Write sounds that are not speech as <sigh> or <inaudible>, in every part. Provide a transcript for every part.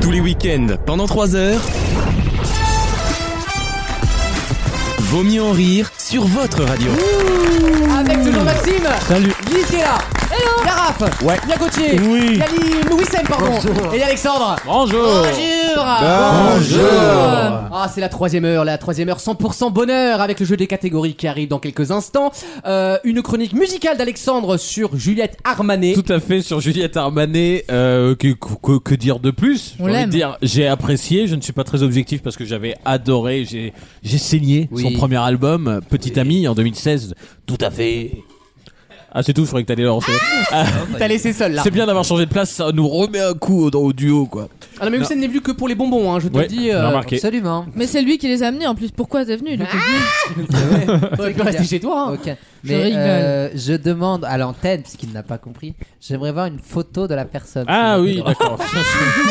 Tous les week-ends, pendant 3 heures. Vaut mieux en rire sur votre radio. Avec toujours Maxime, Salut. Lise qui est là, Hello. Garaf, Ouais. il y a Gauthier, Mmh. Oui. il y a Li- Louis Sem, pardon, et il y a Alexandre. Bonjour. Bonjour Bonjour. Ah, c'est la troisième heure, la troisième heure 100% bonheur avec le jeu des catégories qui arrive dans quelques instants. Euh, une chronique musicale d'Alexandre sur Juliette Armanet. Tout à fait sur Juliette Armanet. euh, que, que- que dire de plus On J'ai envie de l'aime. dire, j'ai apprécié. Je ne suis pas très objectif parce que j'avais adoré. J'ai, j'ai saigné Oui. son premier album, euh, Petit Ami, en 2016. Tout à fait. Ah, c'est tout. Je croyais que t'allais le lancer. T'as laissé seul là. c'est bien d'avoir changé de place. Ça nous remet un coup au, au duo, quoi. Ah non, mais Hussein n'est venu que pour les bonbons, hein, je te Ouais, le dis. j'ai remarqué. Absolument. Mais c'est lui qui les a amenés en plus. Pourquoi t'es venu du coup Ouais, quand rester chez toi. hein. Ok. Je Mais rigole. euh, je demande à l'antenne, puisqu'il n'a pas compris, j'aimerais voir une photo de la personne. Ah oui, <laughs> d'accord.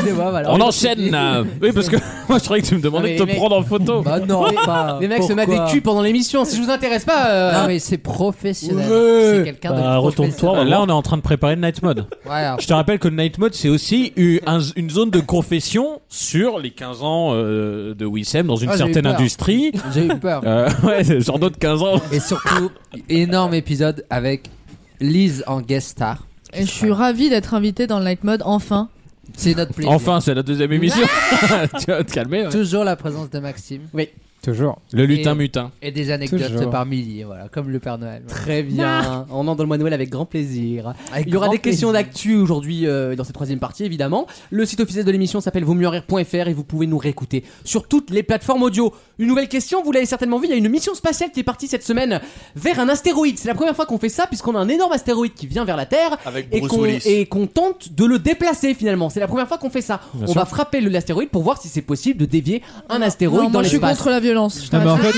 Tu vois, voilà. On enchaîne. là. Oui, parce que <laughs> moi, je croyais que tu me Non, mais demandais de les te mecs- prendre en photo. Bah non, pas. <laughs> Les mecs se mettent des Pourquoi culs pendant l'émission, si je vous intéresse pas. euh, Non, mais c'est professionnel. Ouais. C'est quelqu'un Bah, de retourne-toi, professionnel. Là, on est en train de préparer le Night Mode. Voilà. Je te rappelle que le night mode, c'est aussi u- un- une zone de confession sur les 15 ans euh, de Wissem dans une Ah, j'ai eu certaine peur. industrie. J'ai eu peur. Euh, ouais, genre d'autres 15 ans. Et surtout, énorme épisode avec Lise en guest star. Et Je suis ravie d'être invitée dans le night mode enfin. C'est notre plaisir. Enfin, c'est la deuxième <laughs> émission. tu vas te calmer. ouais. Toujours la présence de Maxime Toujours. Le lutin mutin. et des anecdotes Toujours. par milliers, voilà, comme le Père Noël. voilà. Très Ah. bien, on entre dans le mois de Noël avec grand plaisir. Avec Il y aura grand des questions plaisir. d'actu aujourd'hui euh, dans cette troisième partie évidemment. Le site officiel de l'émission s'appelle vautmieuxenrire.fr et vous pouvez nous réécouter sur toutes les plateformes audio. Une nouvelle question, vous l'avez certainement vu, il y a une mission spatiale qui est partie cette semaine vers un astéroïde. C'est la première fois qu'on fait ça puisqu'on a un énorme astéroïde qui vient vers la Terre Avec et Bruce qu'on Willis. et qu'on tente de le déplacer finalement. C'est la première fois qu'on fait ça. Bien on sûr. va frapper le- l'astéroïde pour voir si c'est possible de dévier un astéroïde Non, dans moi je suis l'espace. contre la violence. Non, mais Ah bah, en fait,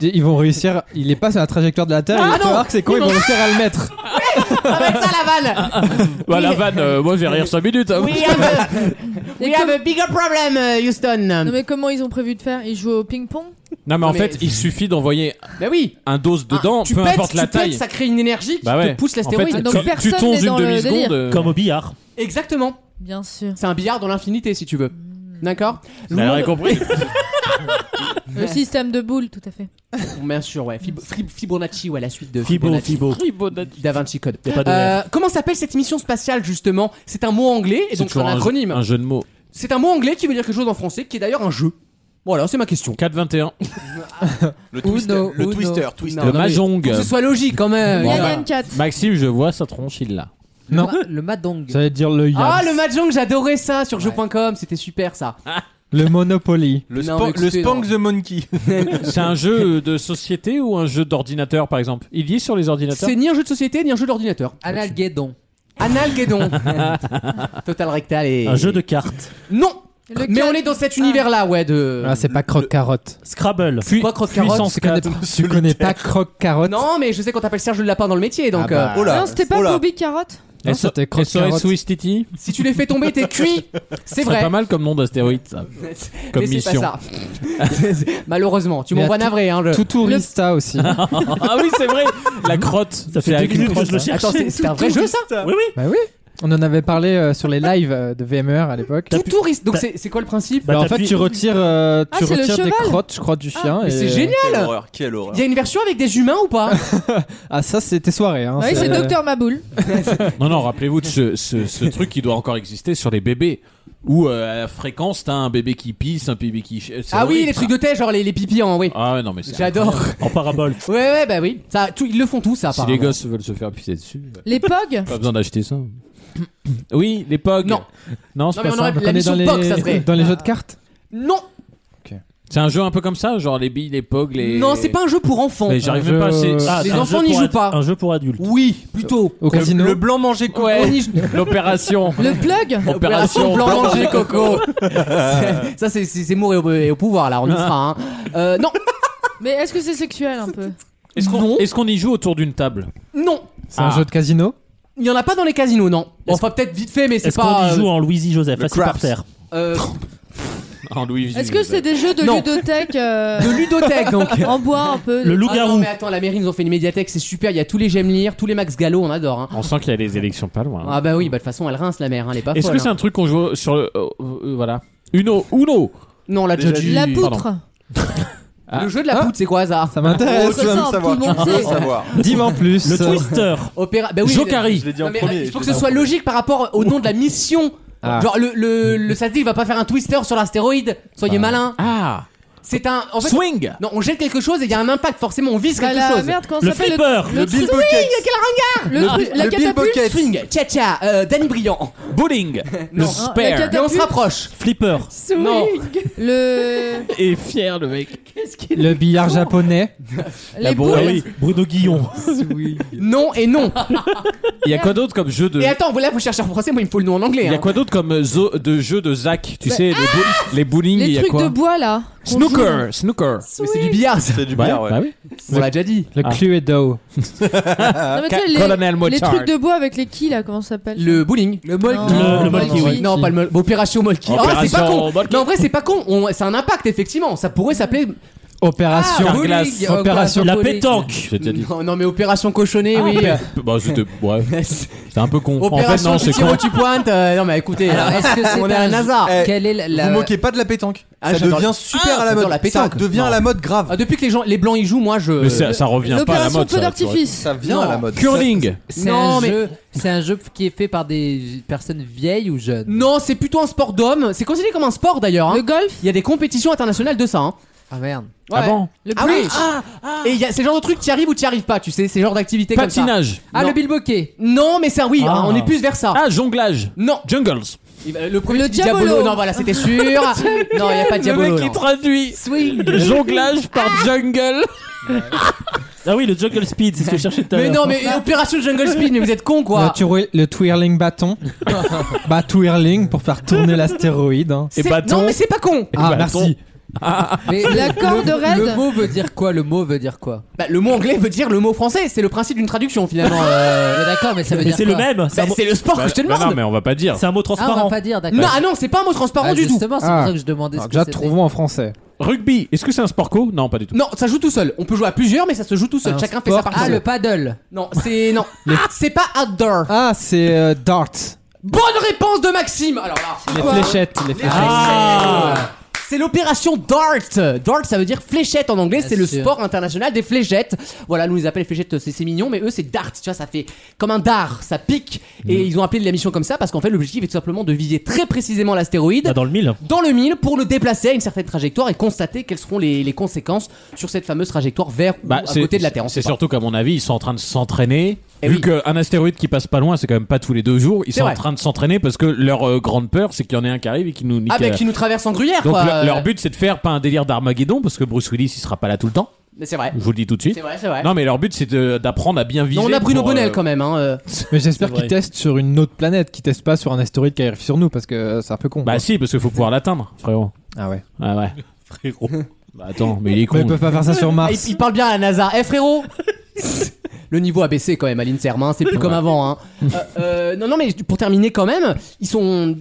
ils vont réussir. Il est pas sur la trajectoire de la Terre. Ah, il va non. falloir que c'est con, Ils ils vont vont- réussir à le mettre. Avec ça la vanne. <laughs> Bah, la vanne, euh, moi, je vais rire 5 minutes. hein. We have a, we Et have a bigger problem, euh, Houston. Non mais comment ils ont prévu de faire Ils jouent au ping-pong Non, mais en mais- fait, il suffit d'envoyer Bah oui. un dose dedans, Ah, tu peu pètes, importe la tu pètes, taille. ça crée une énergie qui Bah ouais. te pousse l'astéroïde. En fait, Donc quand tu personne tombes n'est une dans le demi-seconde. délire. euh, au billard. Exactement. Bien sûr. C'est un billard dans l'infinité, si tu veux. D'accord Je vous Vous avez demande- compris Le système de boules, tout à fait. Bien sûr, ouais. Fib- Fib- Fibonacci, ouais, la suite de Fibo, Fibonacci. Fibo. Da Vinci Code. Y a pas de Euh, comment s'appelle cette mission spatiale, justement C'est un mot anglais, et C'est donc c'est toujours un acronyme. Un jeu de mots. C'est un mot anglais qui veut dire quelque chose en français, qui est d'ailleurs un jeu. Voilà, c'est ma question. 4-21. Le, twister, Uno, le Uno. twister, twister. Non, Le mais- mahjong. Faut Que ce soit logique, quand même. Il y Bon, a bah. Yann 4. Maxime, je vois sa tronche, il l'a. Non. Le ma- Le Madong. J'allais dire le yam. Ah, le mahjong, j'adorais ça sur jeu.com, c'était super ça. Le Monopoly. Le, Non, span- mais écoutez, le Spank non. the Monkey. C'est un jeu de société ou un jeu d'ordinateur, par exemple Il y est sur les ordinateurs C'est ni un jeu de société, ni un jeu d'ordinateur. Analguédon. Analguédon. <laughs> Total rectal et. de cartes. Non Le Mais quatre. on est dans Ah. cet univers-là, ouais, de. Ah, c'est pas croque-carotte. Scrabble. Puis, Pas croque-carotte, puissance tu quatre. Tu connais pas croque-carotte Non, mais je sais qu'on t'appelle Serge le Lapin dans le métier, donc. euh, Ah bah. Oh là. Non, c'était pas Oh là. Bobby Carotte Non, c'était croque-carotte. SOS Swiss Titi euh, si tu les fais tomber, t'es cuit C'est C'est vrai pas mal comme nom d'astéroïde, ça. <laughs> Mais Comme c'est mission. pas ça. <laughs> Malheureusement, tu Mais m'envoies à tout- navré, hein. je- Tuturista aussi. <laughs> ah oui, c'est vrai La crotte. Ça fait deux minutes que je le cherche. Attends, c'est c'est un <laughs> vrai jeu ça bah oui. On en avait parlé euh, sur les lives euh, de VMR à l'époque. Tout touriste Donc c'est c'est quoi le principe Bah, Bah, en fait, t'appuies- tu retires, euh, Ah, tu c'est le retires des cheval. crottes, je crois, du chien. Ah. Mais et- c'est génial Quelle horreur, quelle horreur. Il y a une version avec des humains ou pas Ah, ça, c'était soirée. Hein, Oui, c'est Docteur Maboule. Non, non, rappelez-vous de ce, ce- ce truc qui doit encore exister sur les bébés. Où euh, à la fréquence, t'as un bébé qui pisse, un bébé qui. ch- euh, c'est Ah oui, horrible, les ça. trucs de thé, genre les, les pipis en. Oui. Ah ouais, non, mais c'est. J'adore. En parabole. Ah. Ouais, ouais, bah oui. Ça, tout- ils le font tous, ça, Si les apparemment. gosses veulent se faire pisser dessus, bah, Les POG pas besoin <coughs> d'acheter ça. Oui, les pogs. Non. Non, c'est Non, mais pas on ça. aurait- la on est mission dans les, POC, ça serait. dans les jeux de cartes. Non C'est un jeu un peu comme ça, genre les billes, les pogs, les. Non, c'est pas un jeu pour enfants. Mais j'arrive Un même pas. jeu- c'est- Ah, Les c'est un jeu enfants n'y pour jouent ad- pas. Un jeu pour <laughs> adultes. Oui, plutôt. Au casino. Le blanc mangé coco. Euh, Ouais, <laughs> l'opération. Le plug Opération blanc manger coco. C'est- ça c'est c'est Zemmour et au, et au pouvoir là, on y sera. Hein. Euh, non, Mais est-ce que c'est sexuel un peu <laughs> Est-ce qu'on est-ce qu'on y joue autour d'une table non, C'est un Ah. jeu de casino. il y en a pas dans les casinos, non. Bon, enfin peut-être vite fait, mais c'est Est-ce pas. qu'on y euh, joue en Louisie Joseph, le assis par craps. terre euh, En Louis Est-ce que c'est des jeux de Non. <laughs> ludothèque euh, De ludothèque <laughs> donc en bois un Le peu Ah non, loup-garou. mais attends, la mairie nous ont fait une médiathèque, c'est super, il y a tous les J'aime lire, tous les Max Gallo, on adore. hein. On sent qu'il y a des élections pas loin. Ah bah oui, bah de toute façon elle rince la mère, hein, elle est pas Est-ce folle. que c'est un truc qu'on joue sur le. euh, euh, voilà. Uno, Uno hein. Non, la Déjà judge. La du- poutre Ah. Le jeu de la poutre, c'est quoi hasard Ça Oh, m'intéresse. Euh, Ça semble, savoir, tout le tu monde veux sait. savoir. Dis-moi en plus. Euh, Le twister. Opéra. Bah oui. Jokari. Je l'ai dit Non, en mais, premier. euh, il je faut que l'ai ce dit en soit logique par rapport au nom de la mission. Ah. Genre le le le satellite va pas faire un twister sur l'astéroïde. Soyez malin. Ah C'est un en fait Swing non, on jette quelque chose et il y a un impact forcément, on vise Bah, quelque la chose. merde, comment ça Le s'appelle flipper. Le Bill truc- Bucket. le truc- La le Bill catapulte Bucket. Swing, cha cha, euh, Danny Brillant. <laughs> Bowling Non. La Spare Mais on se catapulte rapproche. Flipper. Non. Le... Et fier le mec Le billard japonais. Les Ah boules oui, Bruno Guillon. Non et non. Il y a quoi d'autre comme jeu de. Et attends, voilà, vous cherchez en français, moi il me faut le nom en anglais. Il y a hein. quoi d'autre comme euh, zo- de jeu de Zach Tu Bah, sais, les, bou- les bowling, il Les y a trucs de quoi bois là qu'on joue. Snooker Snooker Mais c'est du billard, ça. C'est du Ouais, bien, ouais. bah oui. on l'a déjà dit. Le Ah. Cluedo. Non, mais tu sais, les, Colonel les Mozart. trucs de bois avec les quilles là, comment ça s'appelle Le bowling. Le molki. Le- le molki, oui. Non, pas le molki. Opération molki. Ah, c'est pas Opération con. molki. Mais en vrai, c'est pas con. On- C'est un impact, effectivement. Ça pourrait s'appeler. Opération. Ah, bowling, glace. euh, Opération La bowling. pétanque. J'ai déjà dit. Non, non, mais opération cochonnet, oui. Bah, c'était. Ouais. C'était un peu con. opération en fait, tu non, c'est tires con. au tu pointes. euh, non, mais écoutez, Alors, est-ce que c'est on est un un hasard. Eh, Quelle est la- la. Vous moquez pas de la pétanque. Ah, ça j'adore- devient super Ah, à la j'adore mode. la ça pétanque. devient Non. à la mode grave. Ah, depuis que les, gens, les blancs y jouent, moi je. Mais ça, ça revient pas à la L'opération mode. feu ça, tu vois. d'artifice Ça vient Non. à la mode. Curling C'est Non, un, mais- jeu- c'est un jeu qui est fait par des personnes vieilles ou jeunes. Non, c'est plutôt un sport d'homme. C'est considéré comme un sport d'ailleurs. hein. Le golf Il y a des compétitions internationales de ça. hein. Ah merde. Ah Ouais. bon Le Ah bridge oui Et il y a ces genres de trucs, t'y arrives ou t'y arrives pas, tu sais, ces genres d'activités comme ça. Patinage Ah, Non. le bilboquet. Non, mais ça, oui, Ah. hein, on est plus vers ça. Ah, jonglage Non, Jungles Et bah, le premier Le petit diabolo. diabolo. non, voilà, <laughs> c'était sûr. non, il y a pas de diabolo. non. traduit Swing. Jonglage par jungle Ah oui, le juggle speed, c'est ce que je cherchais tout à Mais l'heure. non, mais opération Jungle Speed, mais vous êtes con Le, quoi. twirl- le twirling <laughs> bâton. bah, twirling pour faire tourner l'astéroïde. hein. C'est- Et bâton. Non, mais c'est pas con. Ah, bâton. merci. Mais La corde le- raide. Le mot veut dire quoi Le mot veut dire quoi Bah, le mot anglais veut dire le mot français. C'est le principe d'une traduction finalement. euh. Ouais, D'accord, Ah, mais ça veut Mais dire c'est quoi le même. C'est Bah, un mot- c'est le sport que je te Bah demande. non, mais on va pas dire. c'est un mot Ah, on transparent. va pas dire, Non, d'accord. ah non, c'est pas un mot transparent Ah, du tout. Justement, c'est Ah. pour ça que je demandais ce Alors, que déjà, c'était. trouvons en français. Rugby, est-ce que c'est un sport co Non, pas du tout. Non, ça joue tout seul. On peut jouer à plusieurs, mais ça se joue tout seul. Un Chacun fait sa sport, partie. Ah, le paddle. Non, c'est non. Ah, C'est pas outdoor. Ah, c'est euh, darts. Bonne réponse de Maxime. Alors là. Les fléchettes. Les fléchettes. Ah C'est l'opération DART. DART, ça veut dire fléchette en anglais. Bien C'est le sûr. sport international des fléchettes. Voilà, nous ils appellent fléchettes, c'est c'est mignon, mais eux c'est DART. Tu vois, ça fait comme un dard, ça pique. Mm. Et ils ont appelé la mission comme ça parce qu'en fait l'objectif est tout simplement de viser très précisément l'astéroïde Ah, dans le mille. dans le mille pour le déplacer à une certaine trajectoire et constater quelles seront les, les conséquences sur cette fameuse trajectoire vers ou à Bah, c'est- côté de la Terre. on C'est sait pas. surtout qu'à mon avis, ils sont en train de s'entraîner. Eh Vu oui. qu'un astéroïde qui passe pas loin, c'est quand même pas tous les deux jours. Ils C'est sont vrai. en train de s'entraîner parce que leur euh, grande peur, c'est qu'il y en ait un qui arrive et qui nous nique. Ah, ben euh, qui nous euh. traverse en gruyère Donc quoi. le- leur but, c'est de faire pas un délire d'Armageddon parce que Bruce Willis, il sera pas là tout le temps. Mais c'est vrai. Je vous le dis tout de suite. C'est vrai, c'est vrai. Non, mais leur but, c'est de- d'apprendre à bien viser. Non, on a Bruno pour, Bonnel euh, quand même. Hein, euh. Mais j'espère C'est qu'ils vrai. testent sur une autre planète, qu'ils testent pas sur un astéroïde qui arrive sur nous parce que euh, c'est un peu con. Bah quoi. si, parce qu'il faut pouvoir l'atteindre, frérot. Ah ouais. Ah ouais. <laughs> Frérot. Bah attends, mais il est Mais ils con. peuvent pas faire ça sur Ah, il, Mars. il parle bien à la NASA. Eh frérot <laughs> Le niveau a baissé quand même à l'INSERM, hein, c'est plus comme avant. hein. Euh, euh, non, non, mais pour terminer quand même, ils sont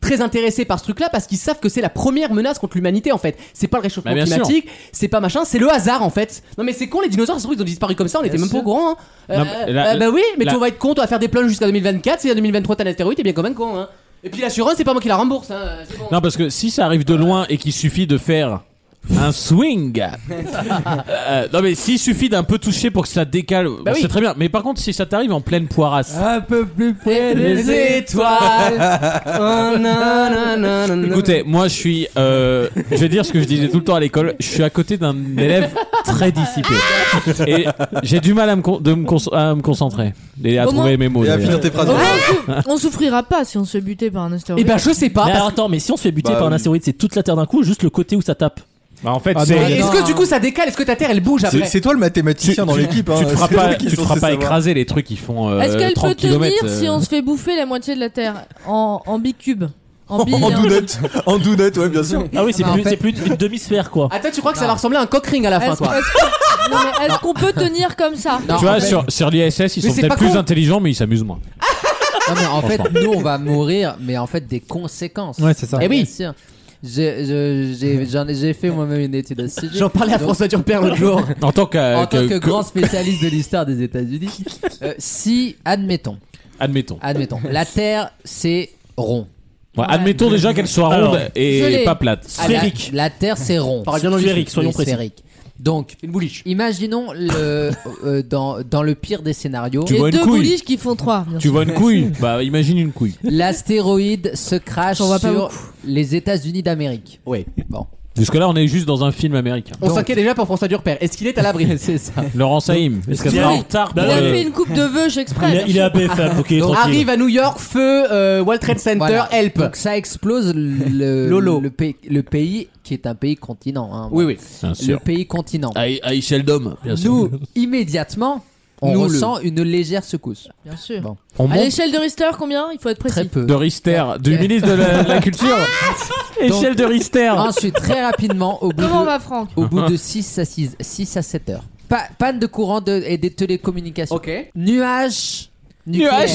très intéressés par ce truc-là parce qu'ils savent que c'est la première menace contre l'humanité en fait. C'est pas le réchauffement Bah, bien sûr. climatique, c'est pas machin, c'est le hasard en fait. Non mais c'est con, les dinosaures, ça se trouve, ils ont disparu comme ça, on était même pas au courant. hein. Euh, Non, mais la- euh, bah oui, mais la- tu vas être con, tu vas faire des plonges jusqu'à 2024, si en 2023 t'as un astéroïde, t'es bien quand même con. hein. Et puis l'assurance, c'est pas moi qui la rembourse. hein, c'est bon. Non, parce que si ça arrive de loin et qu'il suffit de faire un swing. <laughs> Euh, non, mais s'il suffit d'un peu toucher pour que ça décale, Bah oui. c'est très bien. Mais par contre, si ça t'arrive en pleine poirasse. Ah, Un peu plus près Les étoiles. Oh, nananana. Écoutez, moi je suis. euh, je vais dire ce que je disais tout le temps à l'école. Je suis à côté d'un élève très dissipé. Et j'ai du mal à me, con- de me, con- à me concentrer. Et à Au trouver mes mots. Et à finir d'ailleurs. tes phrases. Au moins, on sou- on souffrira pas si on se fait buter par un Eh astéroïde. ben je sais pas. Mais parce alors, attends, mais si on se fait buter Bah, par un oui. astéroïde, c'est toute la Terre d'un coup ou juste le côté où ça tape Bah, en fait, Ah, c'est- non, Et Est-ce que du coup ça décale Est-ce que ta terre elle bouge C'est après c'est toi le mathématicien dans l'équipe. hein. tu te feras C'est toi pas, qui tu te censé feras pas savoir. écraser les trucs qui font euh, Est-ce qu'elle 30 peut tenir km. si on se fait bouffer la moitié de la Terre en, en bicube En hein. bi En doudette. En doudette, ouais, bien sûr. Ah oui, c'est Ah bah, en plus, fait- c'est plus une demi-sphère quoi. Ah toi tu crois que ça va ressembler à un cock ring à la fin Est-ce toi est-ce que- non, mais est-ce qu'on peut tenir comme ça Non, Tu en vois, fait- sur, sur l'ISS, ils Mais sont c'est pas peut-être plus con. intelligents, mais ils s'amusent moins. Non, mais en fait, nous, on va mourir, mais en fait, des conséquences. Ouais, c'est ça. Et Eh oui. oui. J'ai je- j'ai- j'en ai- j'ai fait moi-même une étude à ce sujet. J'en parlais à Donc, François Durper l'autre jour. En tant qu'à- En tant Euh, que- que que- grand spécialiste de l'histoire des États-Unis, euh, si, admettons, Admettons. admettons, la Terre c'est rond. Ouais, admettons déjà qu'elle soit Alors, ronde je et l'ai. pas plate. Ah, la- Sphérique. La, Terre c'est rond. Parle bien dans le Sphérique, Oui, soyons précis. sphérique. Donc, Une bouliche. imaginons le, euh, dans, dans le pire des scénarios, Tu Et vois une deux couille. bouliches qui font trois. bien Tu vois une couille Bah imagine une couille. l'astéroïde se crache J'en vois pas sur les États-Unis d'Amérique. Oui. Bon, Jusque là on est juste dans un film américain. <laughs> On s'inquiète déjà pour François Durper. Est-ce qu'il est à l'abri c'est ça. Laurent Saïm. Est-ce qu'elle Thierry. sera en retard Bah, sûr. Il pour, a euh, fait une coupe de vœux, j'exprès. Il est- il est à BFM, donc il est Donc, tranquille. Arrive à New York, feu, euh, World Trade Center, Voilà. help. Donc ça explose le, <laughs> Lolo. le, pays, le pays qui est un pays continent. hein. oui, Ah, oui. Bien Le sûr. pays continent. À, à échelle d'homme, bien sûr. Nous, immédiatement, on Nous, le- ressent une légère secousse. Bien sûr. Bon, on À monte l'échelle de Richter, combien Il faut être Très précis. peu. de Richter, du ministre de la, la Culture. échelle de Richter. Ensuite, très rapidement, au bout Comment de, va Franck au bout de 6 à 6, 6 à 7 heures. Pa- panne de courant de- et des télécommunications. Ok. Nuages nucléaires. <laughs>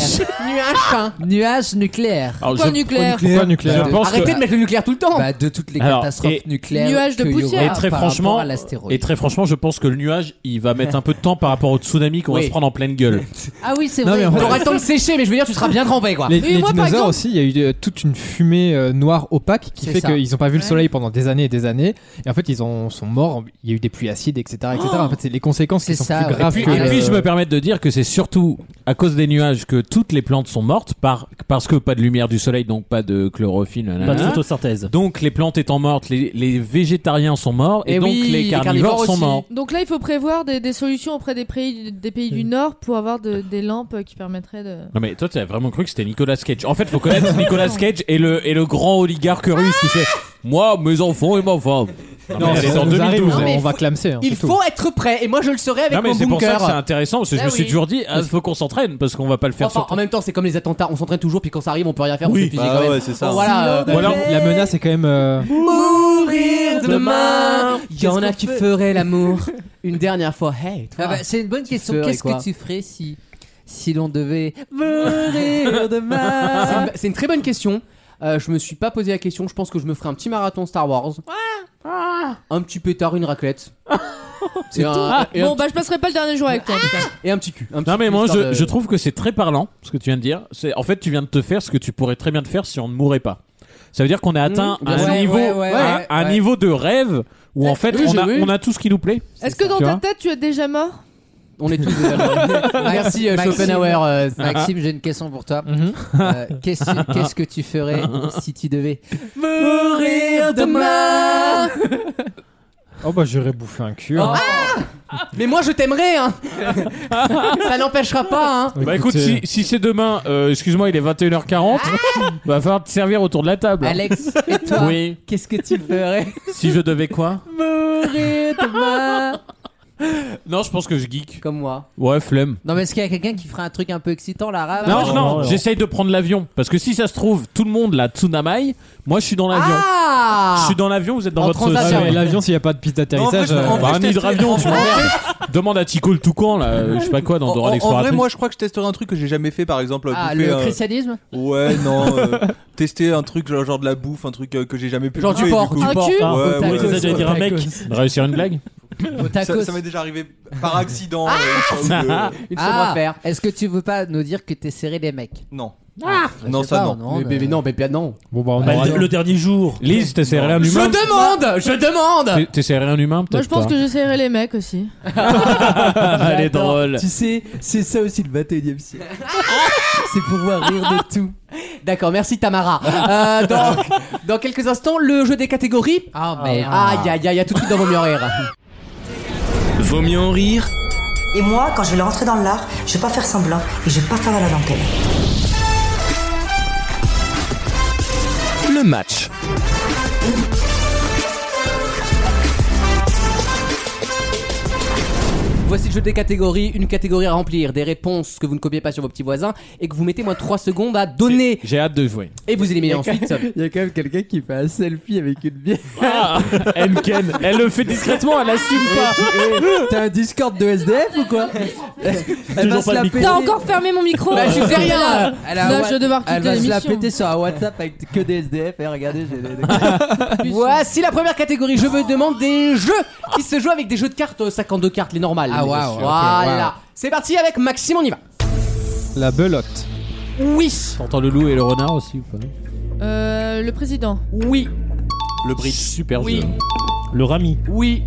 Nuage. Nuages nucléaires. Alors, Quoi je, nucléaire Nucléaire, nucléaire. je pense Arrêtez que- de mettre le nucléaire tout le temps. Bah, de toutes les Alors, catastrophes et- nucléaires. Nuages de qu'il y aura poussière. Et très par rapport franchement, à l'astéroïde. et très franchement, je pense que le nuage, il va mettre un peu de temps par rapport au tsunami qu'on va Oui. se prendre en pleine gueule. Ah oui, c'est Non, vrai. mais en fait- T'auras le temps de sécher, mais je veux dire, tu seras bien trempé Ah. quoi. Les, Mais les moi, par dinosaures exemple- aussi, il y a eu euh, toute une fumée euh, noire opaque qui C'est fait ça. qu'ils n'ont pas vu le Ouais. soleil pendant des années et des années. Et en fait, ils en sont morts. Il y a eu des pluies acides, etc. etc. en fait, c'est les conséquences qui C'est sont plus ça, ouais. Ah, graves Et que. puis, le- je me permets de dire que c'est surtout à cause des nuages que toutes les plantes sont mortes par, parce que pas de lumière du soleil, donc pas de chlorophylle. Pas de nanana. photosynthèse. Donc les plantes étant mortes, les, les végétariens sont morts et, Eh donc oui, les les carnivores, carnivores sont aussi. morts. Donc là, il faut prévoir des, des solutions auprès des pays, des pays du Nord pour avoir de- des lampes qui permettraient de. Non mais toi t'as vraiment cru que c'était Nicolas Cage. En fait <laughs> faut connaître Nicolas Cage et le, et le grand oligarque russe qui fait moi mes enfants et ma femme. Non, Non, mais elle est ça en nous 2012. arrive, Non, mais on va faut- clamser. hein, Il c'est tout. faut être prêt, et moi je le serai avec Non mais mon c'est pour ça que c'est bunker. intéressant parce que je Ah me suis oui. toujours dit ah, faut qu'on s'entraîne parce qu'on va pas le faire Enfin, sur en même temps, c'est comme les attentats, on s'entraîne toujours, puis quand ça arrive, on peut rien faire, on Oui, se fait bah quand même. ouais, c'est ça. Bon, voilà, euh, Ou alors, la menace est quand même. euh, Mourir demain. Il y en a Qu'est-ce qui qu'on fait feraient <laughs> l'amour une dernière fois. Hey, toi. Ah bah, c'est une bonne question. ferais Qu'est-ce quoi que tu ferais si, si l'on devait <laughs> mourir demain C'est une- C'est une très bonne question. Euh, je me suis pas posé la question. Je pense que je me ferai un petit marathon Star Wars. Ah. Un petit pétard, une <laughs> raclette. C'est un, Ah, et, un, Bon, bah, je passerai pas le dernier jour avec toi. en tout cas. et un petit cul. Un petit Non mais cul, moi histoire je, de- je trouve que c'est très parlant ce que tu viens de dire. C'est en fait tu viens de te faire ce que tu pourrais très bien te faire si on ne mourait pas. Ça veut dire qu'on a atteint bien un sûr. niveau Ouais, ouais, un, ouais, un ouais. niveau de rêve où en fait Oui, on, j'ai a, vu. on a tout ce qui nous plaît. Est-ce que dans Tu ta vois tête, tu es déjà mort On est tous. <laughs> Merci euh, Maxime. Schopenhauer. euh, Maxime, j'ai une question pour toi. mhm. Euh, Qu'est-ce qu'est-ce que tu <laughs> ferais si tu devais Mourir demain. Oh bah j'aurais bouffé un cul. hein. Mais moi je t'aimerais. Hein. Ça n'empêchera pas. Hein. Bah écoute, Écoutez, si, si c'est demain, euh, excuse-moi, il est 21h40, <laughs> va falloir te servir autour de la table. Alex et toi Oui, Qu'est-ce que tu ferais si je devais quoi Mourir demain Non, je pense que je geek. Comme moi. Ouais, flemme. Non mais est-ce qu'il y a quelqu'un qui ferait un truc un peu excitant Lara Ah. Non, non, non, non. j'essaye de prendre l'avion. Parce que si ça se trouve, tout le monde la tsunamai, moi je suis dans l'avion. Ah Je suis dans l'avion, vous êtes dans En votre transat, société. Ah ouais, l'avion s'il n'y a pas de piste d'atterrissage. Non, en vrai, je- euh, en Bah, un je hydravion, tu m'emmerdes. <laughs> Demande à Tico le Toucan, là, euh, je sais pas quoi, dans En, Dora en- en vrai, l'exploratrice. moi, je crois que je testerais un truc que j'ai jamais fait, par exemple. Ah, bouffer euh, le un- christianisme Ouais, non. euh, tester un truc genre, genre de la bouffe, un truc euh, que j'ai jamais pu. Genre du goûter, porc, coup. du Un porc. cul Ah, Ouais, t'as ouais. cru que j'allais dire un mec. Réussir une blague Au tacos Ça, ça m'est déjà arrivé par accident. euh, une fois ou deux. Une Ah, ah. faire. Est-ce que tu veux pas nous dire que t'es serré des mecs Non. Ah Non, ça, non. Mais, mais- mais non, mais bien non. Bon bah on Bah, aura- le- Le dernier jour. Lise, t'essaierais un Je humain demande Je demande T'es- T'essaierais un humain, peut-être Moi, je pense toi Ah, que j'essaierai les mecs aussi. Elle est drôle. Tu sais, c'est ça aussi le 21 e siècle. c'est pouvoir rire <laughs> de tout. D'accord, merci Tamara. Euh, donc, dans quelques instants, le jeu des catégories. Ah merde. Aïe aïe aïe, à tout de suite dans vos mieux rire. Vaut mieux en rire Et moi, quand je vais rentrer dans l'art, je vais pas faire semblant et je vais pas faire à la dentelle. le match. Voici le jeu des catégories, une catégorie à remplir, des réponses que vous ne copiez pas sur vos petits voisins et que vous mettez moins 3 secondes à donner J'ai hâte de jouer. et vous éliminez ensuite. Il y a quand même quelqu'un qui fait un selfie avec une bière. Ah, <laughs> elle me ken. Elle le fait discrètement, elle assume pas. <laughs> T'as un Discord de SDF ou quoi Elle Toujours va se pas de la micro. péter. T'as encore fermé mon micro Bah, je fais rien, là. Elle, a- Là, je vais devoir elle quitter va se la l'émission. péter sur un WhatsApp avec que des SDF. Et Eh, regardez, j'ai des. Voici la première catégorie. Je veux demande des jeux qui se jouent avec des jeux de cartes, euh, 52 cartes, les normales. Ah, waouh, ok, Voilà. waouh. C'est parti avec Maxime, on y va. La belote. Oui, T'entends le loup et le renard aussi ou pas Euh, le président. oui, Le bridge. Super Oui. jeu. Le Rami. oui,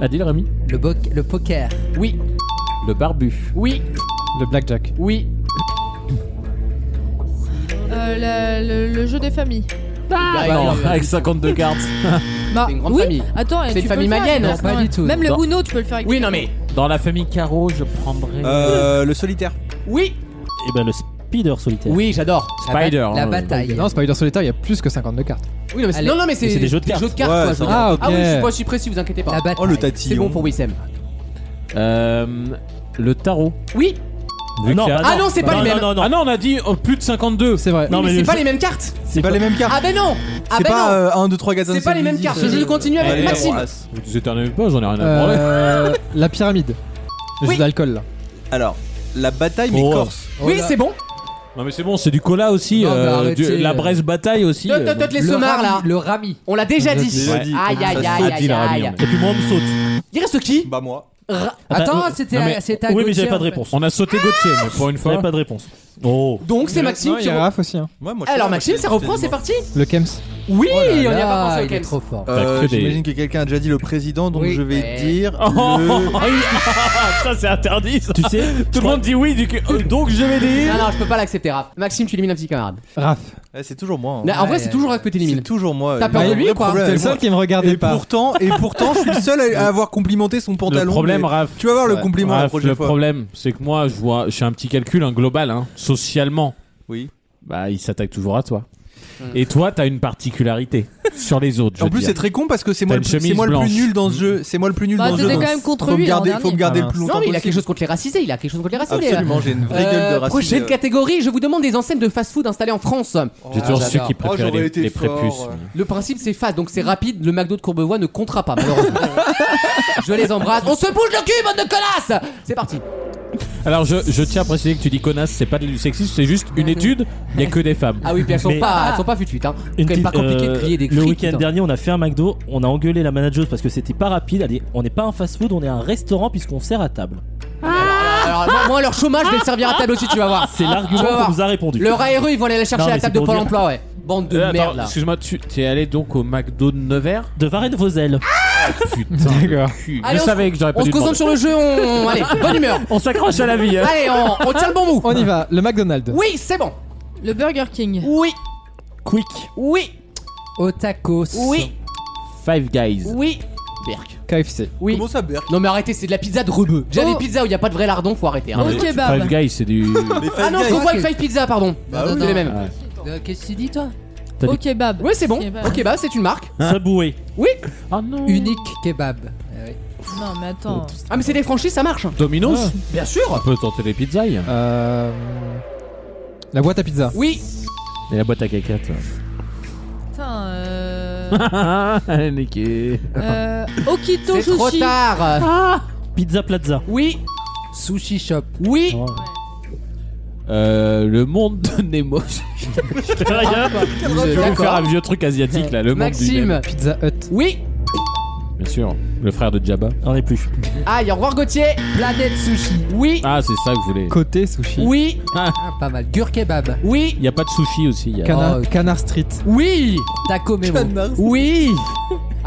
Adil Rami. Le, boc- le poker. oui, Le barbu. oui, Le blackjack. oui, Euh, la- le, le jeu des familles. Ah, Non, non. avec 52 cartes. Bah, C'est une grande oui. famille. Attends, C'est tu une peux famille le faire, malienne, parce pas que- du tout. Même le Dans- Uno, tu peux le faire avec oui, des- non mais, Dans la famille Caro, je prendrais. Euh, le solitaire. oui, Et ben le Spider solitaire. oui, j'adore. La ba- Spider, La, hein, bataille. Non, Spider Solitaire, il y a plus que 52 cartes. Oui, non, mais c'est- Allez. non, non, mais c'est c'est des jeux de cartes. Ouais, quoi, je c'est vrai. veux dire. Ah, ok. Ah oui, je suis pas si précis, vous inquiétez pas. La bataille. Oh, le C'est tatillon. bon pour Wissem. Euh, le tarot. Oui, Ah non, qu'il y a- Ah non, c'est pas non, les mêmes. Non, non, Ah non. non, on a dit oh, plus de 52. C'est vrai. Non, mais, mais c'est le pas jeu- les mêmes cartes. C'est pas les mêmes cartes. Ah ben non. Ah C'est ben non. pas euh, 1, 2, 3, 4, 5, C'est pas les mêmes cartes. Je continue avec Eh, Maxime. Vous éternez pas, j'en ai rien à branler. Euh, la pyramide. Le Oui. jeu d'alcool là. Alors, la bataille, mais Oh. corse. Oui, c'est bon. Non, mais c'est bon, c'est du cola aussi. Non, mais euh, arrêtez, du- la euh. Bresse Bataille aussi. Tot, euh, tot, tot, les Le sommards rami- là. Le rami. On l'a déjà dit. Déjà dit. Aïe Ça aïe saute. aïe aïe Adil Rami, aïe. on- Et puis moi, on me saute. Il reste qui Bah, moi. Ra- Ah bah, Attends, euh, c'était non, mais- la- c'était à Oui, mais Gauthier, j'avais pas de en fait. réponse. On a sauté Gauthier, mais pour une J'avais fois. pas de réponse. Oh. Donc c'est Maxime Non, il qui y a reprend. Raph aussi. hein. Ouais, moi je Alors sais, Maxime, moi, ça je- reprend, je- c'est parti Le Kems. Oui, Oh là on n'y a pas là, pensé il est auquel. trop fort. T'as Euh, que des- J'imagine que quelqu'un a déjà dit le président, donc Oui. je vais Eh. dire. Oh, le- ça c'est interdit. ça. Tu sais, Tout le monde dit oui, du coup, euh, donc je vais dire. Non, non, je peux pas l'accepter, Raph. Maxime, tu élimines un petit camarade. Raph. Eh, C'est toujours moi. hein. Mais en vrai, ouais, c'est toujours Raph que tu C'est élimines. toujours moi. T'as Il peur y a de un lui, vrai quoi. problème T'es le avec seul moi. qui me regardait Ah Et pas. pourtant, et pourtant, je suis le seul à à avoir complimenté son Le pantalon. problème, mais- Raph. Tu vas voir le Ouais. compliment Raph, la prochaine le fois. problème, c'est que moi, je vois, je fais un petit calcul, un global, hein, socialement. Oui. Bah, il s'attaque toujours à toi. Et toi, t'as une particularité sur les autres. je En veux plus, dire. c'est très con parce que c'est moi, le T'as une plus- c'est chemise moi le plus blanche. nul dans ce jeu. C'est moi le plus nul Bah, dans ce jeu. t'étais donc quand même contre faut me lui, l'an garder, faut me dernier. garder Ah, le plus mince. longtemps. Non, mais il a possible. quelque chose contre les racisés, il a quelque chose contre les racisés. les- Absolument, j'ai une vraie Euh, gueule de raciste. prochaine catégorie, je vous demande des enseignes de fast-food installées en France. J'ai toujours su j'adore. qu'ils Oh, préféraient j'aurais les, été les fort. prépuces. Le principe c'est fast, donc c'est rapide, le McDo de Courbevoie ne comptera pas <laughs> malheureusement. je les embrasse, on se bouge le cul, bande de connasses C'est parti Alors, je, je tiens à préciser que tu dis connasse, c'est pas du sexisme, c'est juste une étude, il y a que des femmes. Ah oui, puis elles sont Mais- pas, elles sont pas fuite hein. Une Quand même petite- pas compliqué de euh, crier des Le frites, hein. week-end putain. dernier, on a fait un McDo, on a engueulé la manageuse parce que c'était pas rapide. Elle dit on n'est pas un fast-food, on est un restaurant puisqu'on sert à table. Alors moi, moi, leur chômage, je vais le servir à table aussi, tu vas voir. C'est l'argument Tu vas Ah, voir. qu'on nous a répondu. Leur ARE, ils vont aller la chercher Non, à la mais table c'est de pour Pôle dire- emploi, ouais. Bande de Euh, attends, merde là. Excuse-moi, tu es allé donc au McDo de Nevers De Varennes Vosel. Putain, D'accord. cul. Allez, je on savais que j'aurais pas On se dû concentre demander. sur le jeu, on. Allez, bonne humeur On s'accroche à la vie. hein. Allez, on, on tient le bon bout On y va. Le McDonald's. Oui, c'est bon Le Burger King. Oui, Quick, oui, Au tacos. oui, Five Guys. oui KFC. Oui Comment ça, Berk Non mais arrêtez, c'est de la pizza de rebeu. Déjà Oh. des pizzas où il y a pas de vrai lardon, faut arrêter. hein. Non, Au mais kebab. Five Guys, <laughs> c'est du. Mais Ah Five non, je Guys, confonds avec Ok. Five Pizza, pardon. Bah C'est oui. les mêmes. Euh, Qu'est-ce que tu dis toi T'as Au dit- kebab. Oui, c'est bon. Kebab. Ok, bah c'est une marque. Saboué. Oui. Ah non. Unique kebab. Eh oui. Non, mais attends. Ah mais c'est des franchises, ça marche. Domino's Bien sûr. Ah. On peut tenter les hein. pizzailles. Ah. Euh, La boîte à pizza. Oui. Et la boîte <laughs> à cacahuètes. Putain, euh. Ah, elle est niquée. euh, Okito C'est trop Sushi. tard. Pizza Plaza. Oui. Sushi shop. Oui. Euh, le monde de Nemo. <laughs> Je vais vous faire un D'accord. vieux truc asiatique là. Le monde du Nemo. Maxime. Pizza Hut. Oui. Bien sûr. Le frère de Jabba. On est plus. Aïe, au revoir Gauthier. Planète sushi. Oui. Ah, c'est ça que vous voulez. Côté sushi. Oui. Ah, pas mal. Gur kebab. Oui. Il y a pas de sushi aussi. il y a- Cana- Oh. Canard Street. Oui. Taco mémo. Oui.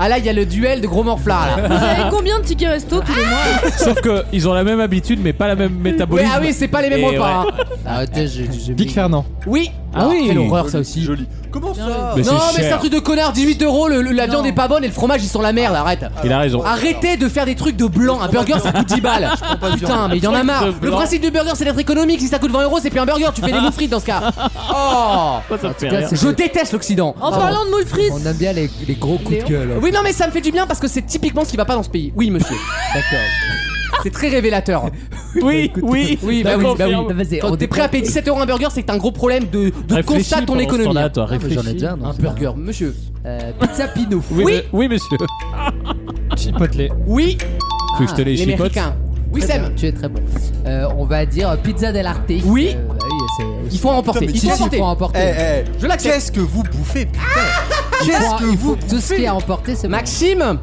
Ah là, il y a le duel de gros morflards là. Vous avez combien de tickets resto tous les mois Sauf que ils ont la même habitude, mais pas la même Oui, métabolisme. ah oui, c'est pas les mêmes Et repas. hein. Arrêtez, j'ai j'ai Big mis- Fernand. Oui. Ah oui. Quelle horreur Joli, ça aussi. Joli. Comment ça Mais c'est Non mais c'est un cher. truc de connard, 18 euros, le- le- la Non. viande est pas bonne et le fromage ils sont la merde, arrête. Il a raison. Arrêtez de faire des trucs de blanc, un burger ça coûte 10 balles. pas de Putain, viande. mais il y en a marre. Truc de Le blanc. principe du burger c'est d'être économique, si ça coûte 20 euros c'est plus un burger, tu fais des moules frites dans ce cas. Oh En tout cas, Je c'est- déteste l'Occident. En parlant de moules frites, On aime bien les, les gros coups de gueule. Oui non mais ça me fait du bien parce que c'est typiquement ce qui va pas dans ce pays. Oui monsieur. D'accord. C'est très révélateur. Oui, oui, Oui, bah oui, bah oui. Quand t'es prêt à payer 17 euros un burger, c'est que t'as un gros problème de, de constat de ton économie. Là, toi, Ah, mais réfléchis. J'en ai déjà, non Un c'est pas- burger, monsieur. <laughs> Euh, pizza Pinou. Oui, mais- oui, monsieur. Ah, Chipotle. Oui, Faut que je te les Ah, les chipote. Mexicains. Oui, Très Sam. bien, Tu es très bon. Euh, on va dire euh, pizza dell'arte. Oui. Euh, bah oui, c'est- Il faut en emporter. mais Il si, faut si, emporter. Euh, faut emporter. Eh, eh, Je l'accepte. Qu'est-ce que vous bouffez, putain Faut- eh, Qu'est-ce que il vous faut- Tout ce qui est bouffez à emporter, c'est bon. Maxime,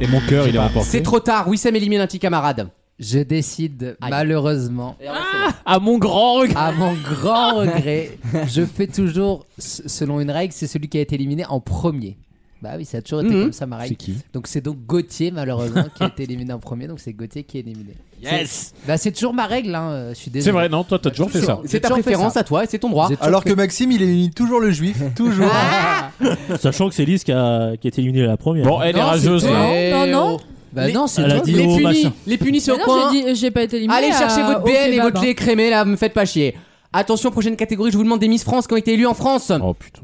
Et mon cœur, il est emporté. c'est trop tard. Wissem élimine un petit camarade. Je décide, Aïe. malheureusement, À Ah, mon grand Ah. regret. à mon <laughs> grand regret, je fais toujours, s- selon une règle, c'est celui qui a été éliminé en premier. Bah oui, ça a toujours été Mhm. comme ça ma règle. qui Donc c'est donc Gauthier malheureusement qui a été éliminé en premier, donc c'est Gauthier qui est éliminé. Yes. Bah c'est toujours ma règle, hein. euh, Je suis désolé. C'est vrai, non, toi, t'as toujours fait ça. J'ai C'est ta toujours fait préférence ça. à toi et c'est ton droit. J'ai toujours <laughs> Alors fait- que Maxime, il élimine toujours le juif, <laughs> toujours. Ah. Sachant que c'est Lise qui a, qui a été éliminée la première. Bon, elle est Non, rageuse, c'est- là. Eh Non, non. oh. Bah Les- non, c'est Elle a toi. dit les au punis, machin. les punis sont Mais au non, coin. j'ai dit, j'ai pas été éliminé. Allez chercher votre BN et bah, votre lait crémé là, me faites pas chier. Attention, prochaine catégorie, je vous demande des Miss France qui ont été élues en France. Oh putain.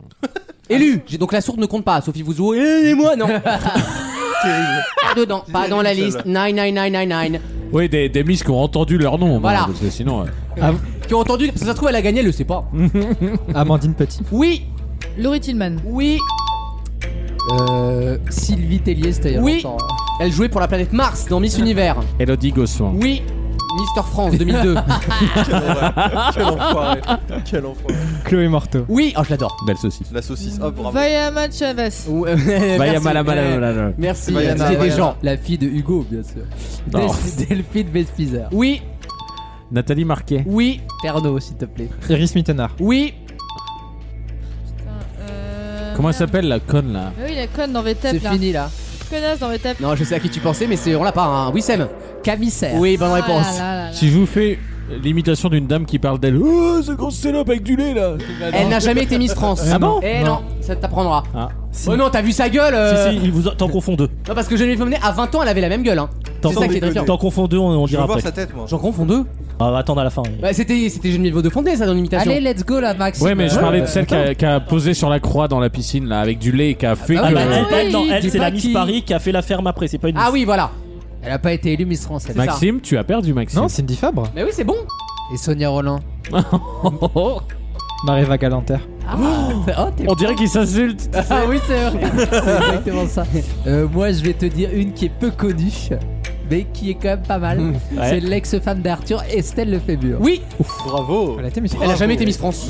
Élues J'ai donc la sourde ne compte pas. Sophie Vouzou, et moi non. pas dedans, pas dans la liste. 99999. Oui, des, des miss qui ont entendu leur nom. Voilà. bah, Parce que sinon. euh, Qui ont entendu, parce que ça se trouve, elle a gagné, elle le sait pas. Amandine Petit. Oui, hein. Laurie Tillman. oui, Euh, Sylvie Tellier, c'était il y a Oui. longtemps. hein. elle jouait pour la planète Mars dans Miss Univers. Elodie Gossuin. Oui, Mister France 2002. Quel enfoiré. Quel enfoiré. Chloé Morteau. <laughs> Oui, oh je l'adore. Belle saucisse. La saucisse, oh bravo. Vayama Chavez. Ouais, <laughs> merci. Vaya mala mala mala mala. Merci, Vaya merci mala des mala. gens. La fille de Hugo, bien sûr. Ah. Non. Des- Delphine Vespizer. Oui, Nathalie Marquet. oui, Pernaud, s'il te plaît. Iris Mittenard. oui. Comment elle s'appelle la conne là euh, Oui, la conne dans C'est VTEP là. fini là. Connasse dans VTEP. Non, je sais à qui tu pensais, mais c'est on l'a pas. Hein. Oui, Sam. Camisère. Oui, bonne réponse. Ah là là là là. Si je vous fais l'imitation d'une dame qui parle d'elle. Oh, ce gros salope avec du lait là Elle n'a jamais été Miss France. Ah bon Eh non, ça t'apprendra. Ah. Oh non, t'as vu sa gueule euh, Si, si, il vous t'en confonds deux. Non, parce que Geneviève Lemennais, à 20 ans, elle avait la même gueule. Hein. T'en C'est ça qui est confonds- terrifiant. t'en confonds deux, on, on Je veux dira voir après. sa tête, moi. J'en confonds deux. On va attendre Ah, à la fin. Bah, c'était c'était Geneviève de Fondé, ça, dans l'imitation. Allez, let's go là, Maxime. Ouais, mais je Euh, parlais de celle qui a, qui a posé sur la croix dans la piscine là avec du lait et qui a fait bah Ah que. bah, oui. elle, oui, elle, non, elle, dis c'est la pas Miss qui- Paris qui a fait la ferme après, c'est pas une Ah Miss. oui, voilà. Elle a pas été élue Miss France. elle. ça. Maxime, tu as perdu Maxime. Non, Cindy Fabre. Mais oui, c'est bon. Et Sonia Roland. Maréva Galanter. Ah. Oh, t'es On dirait qu'ils s'insultent. Ah oui, c'est <laughs> vrai. c'est exactement ça. Euh, moi, je vais te dire une qui est peu connue, mais qui est quand même pas mal. C'est l'ex-femme d'Arthur, Estelle Lefebvre. Ah. Oui, Bravo. Elle a été Miss elle a France. jamais été Miss France.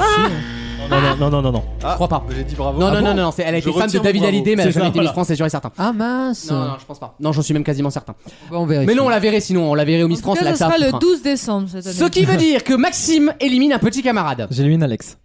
Non, non, non, non, non, non. Ah, crois pas. J'ai dit bravo. Non, Ah non, bon non, non, non, c'est- elle a Je été femme de retire mon David bravo. Hallyday, mais elle a C'est jamais ça, été Miss voilà. France, c'est sûr et certain. Ah mince. Non, non, je pense pas. Non, j'en suis même quasiment certain. Bon, on vérifie. Mais non, on la verrait sinon, on la verrait au Miss En tout France, cas, là, ce ça. sera foutre, le hein. 12 décembre cette année. Ce qui veut dire que Maxime élimine un petit camarade. J'élimine Alex.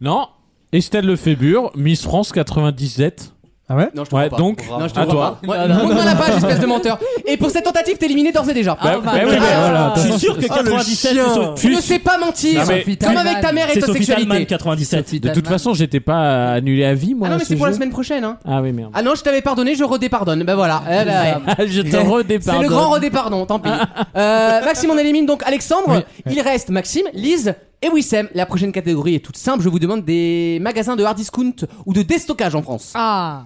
Non, Estelle Lefébure, Miss France 97. Ah ouais Non, je te Ouais, crois pas. donc, bah, Non, je te à crois toi. pas. Ouais, monte-moi la page, espèce de menteur. Et pour cette tentative, t'es éliminé d'ores et déjà. Bah, bah oui, mais Je voilà. suis sûr que Ah, le 97, chien. c'est sur- Tu Tu- ne sais pas mentir, Non, mais- comme avec ta mère et c'est ta Sophie Talman sexualité. 97. De toute façon, j'étais pas annulé à vie moi. Ah non, mais à c'est ce pour la jeu. semaine prochaine. Hein. Ah oui, <laughs> merde. Ah non, je t'avais pardonné, je redépardonne. Bah voilà. Eh bah, ouais. Ah, je te redépare. C'est le grand redépardon, tant pis. Euh, Maxime, on élimine donc Alexandre. Il reste Maxime, Lise et Wissem. La prochaine catégorie est toute simple. Je vous demande des magasins de hard discount ou de déstockage en France. Ah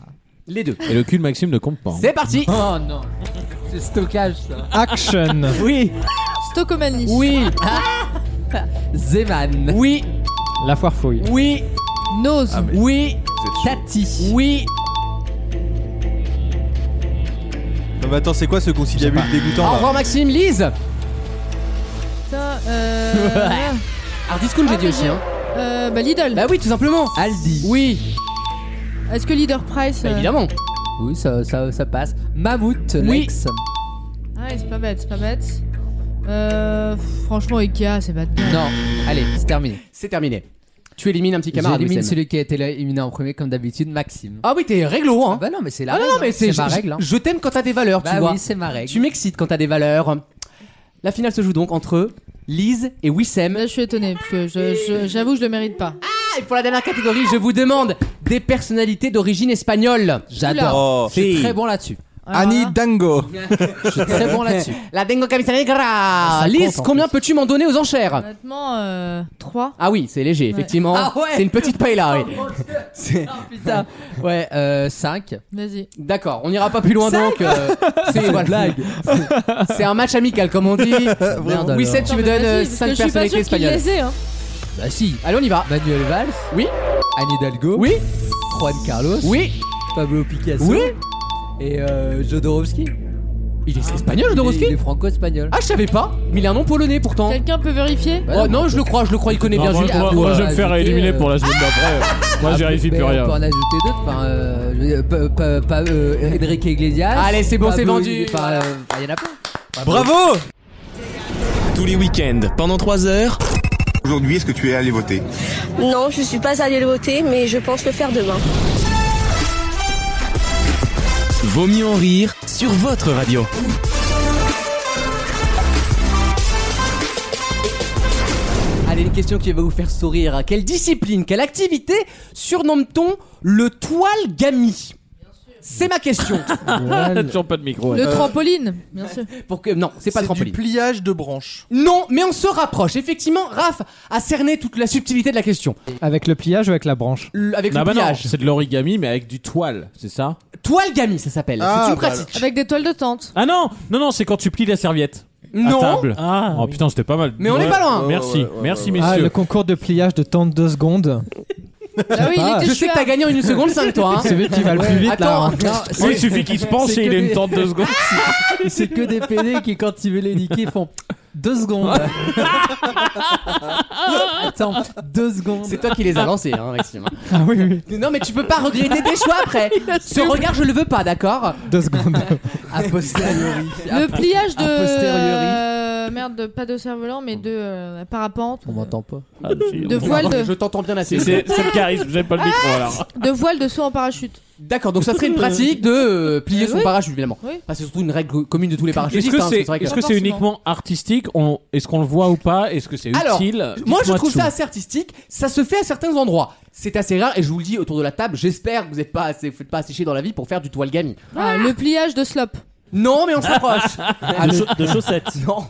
Les deux. Et le cul de Maxime ne compte pas. hein. C'est parti. Oh non. C'est stockage ça. <laughs> Action. Oui, Stockomanie. oui, Zeman. oui, La foire fouille. oui, Nose. Ah oui, Vous êtes chaud. Tati. oui. Non, mais attends, c'est quoi ce conciliabule Au dégoûtant là revoir Maxime, Lise. Putain, <laughs> euh... Hard discount, j'ai dit aussi. Hein. euh, bah Lidl. Bah oui, tout simplement. Aldi. Oui, Est-ce que Leader Price bah euh, évidemment. Oui, ça, ça, ça passe. Mammouth, Oui. Lex. Ah, c'est pas bête, c'est pas bête. Euh, franchement, Ikea, c'est pas de gueule. Non, allez, c'est terminé. C'est terminé. Tu élimines un petit camarade. J'élimine Wissem. celui qui a été éliminé en premier, comme d'habitude, Maxime. Ah oui, t'es réglo, hein. Ah bah non, mais c'est la Ah non, règle. non, mais hein. c'est ma je- règle. hein. Je t'aime quand t'as des valeurs, tu Bah vois. oui, c'est ma règle. Tu m'excites quand t'as des valeurs. La finale se joue donc entre Lise et Wissem. Là, je suis étonnée, parce que je- je- j'avoue, je, le mérite pas. Ah, et pour la dernière catégorie, je vous demande des personnalités d'origine espagnole. J'adore. Oh, Je suis très bon là-dessus. Alors Annie là, Dango. Je suis très bon là-dessus. <laughs> La Dengo Camisarigra Lise, compte, en combien peux-tu m'en donner aux enchères Honnêtement, euh, 3. Ah oui, c'est léger, effectivement. Ah ouais c'est une petite paille là, oui. C'est- Oh, <laughs> putain. Ouais, euh, 5. Vas-y. D'accord, on n'ira pas plus loin donc. euh, c'est voilà. C'est un match amical comme on dit. Merde oui, alors. Seb, tu Non, me mais vas-y, donnes euh, parce que 5 Je suis pas personnalités sûre qu'il espagnoles. les ait, hein. Bah si. Allez, on y va. Manuel Valls. Oui. Anne Hidalgo. Oui. Juan Carlos. Oui. Pablo Picasso. Oui. Et euh, Jodorowsky. Il est espagnol, Il est- il Jodorowsky est franco-espagnol. Ah, je savais pas. Mais il a un nom polonais pourtant. Quelqu'un peut vérifier Bah, Oh, non, je le crois, je le crois, il connaît Non, bien moi, Julien. moi, Arnaud, moi, je euh, vais me faire ajouter, éliminer euh, pour la semaine d'après. Moi, j'y vérifie Mais plus Ah, On <laughs> peut en rien. ajouter d'autres. Enfin, euh, je veux dire, pa- pa- pa- euh, Enrique Iglesias. Allez, c'est bon, c'est Pablo- vendu. enfin, euh, enfin, il y en a plein. Bravo Tous les week-ends, pendant 3 heures, Aujourd'hui, est-ce que tu es allé voter Non, je suis pas allée le voter, mais je pense le faire demain. Vaut mieux en rire sur votre radio. Ah, Allez, une question qui va vous faire sourire. Quelle discipline, quelle activité surnomme-t-on le toile-gami C'est ma <laughs> question. Toujours pas de micro. Euh. Le trampoline, bien sûr. Pour que... Non, c'est pas le C'est du trampoline. pliage de branches. Non, mais on se rapproche. Effectivement, Raph a cerné toute la subtilité de la question. Avec le pliage ou avec la branche L- avec Non, le bah non, pliage. c'est de l'origami, mais avec du toile, c'est ça Toile-gami, ça s'appelle. Ah, c'est une bah pratique. Avec des toiles de tente. Ah non Non, non, c'est quand tu plies la serviette. non. À table. Ah, Oh putain, c'était pas mal. Mais on Ouais. est pas loin. Ouais, Merci, ouais, ouais, merci ouais, Ah, le messieurs. concours de pliage de 32 secondes. Ah oui, il pas. était bah, Je sais que t'as chouard. gagné en une seconde 5 <laughs> toi. hein. Celui qui va le plus vite là. Attends, hein. Oui, Oh, il suffit <laughs> qu'il se penche c'est et il que est une des- tente de <laughs> secondes. C'est que des PD qui, quand ils veulent les niquer, font 2 secondes. <laughs> Attends, 2 secondes. c'est toi qui les as lancés, hein, Maxime. Ah oui, oui, Non, mais tu peux pas regretter tes choix <laughs> après. Ce regard, je le veux pas, d'accord 2 secondes. A posteriori. Le Ah, pliage de. A posteriori. euh, merde, de- pas de cerf-volant, mais de euh, parapente. On m'entend pas. Ah, De voile de, Je t'entends bien assez. C'est c'est- c'est le charisme, j'aime pas le micro alors. de voile de saut en parachute. D'accord, donc ça serait une pratique de euh, plier Euh, son oui. parachute, évidemment. Oui. Enfin, c'est surtout une règle commune de tous les parachutistes. Est-ce que hein, c'est parce vrai hein. est-ce que c'est Forcément. uniquement artistique On- Est-ce qu'on le voit ou pas Est-ce que c'est Alors, utile Moi, je Dites-moi trouve tout. ça assez artistique. Ça se fait à certains endroits. C'est assez rare et je vous le dis autour de la table. J'espère que vous n'êtes pas assez, faites pas assez chier dans la vie pour faire du toile gami. Ah, le pliage de slope. Non, mais on se rapproche. Ah, de, cha- de <laughs> chaussettes. non,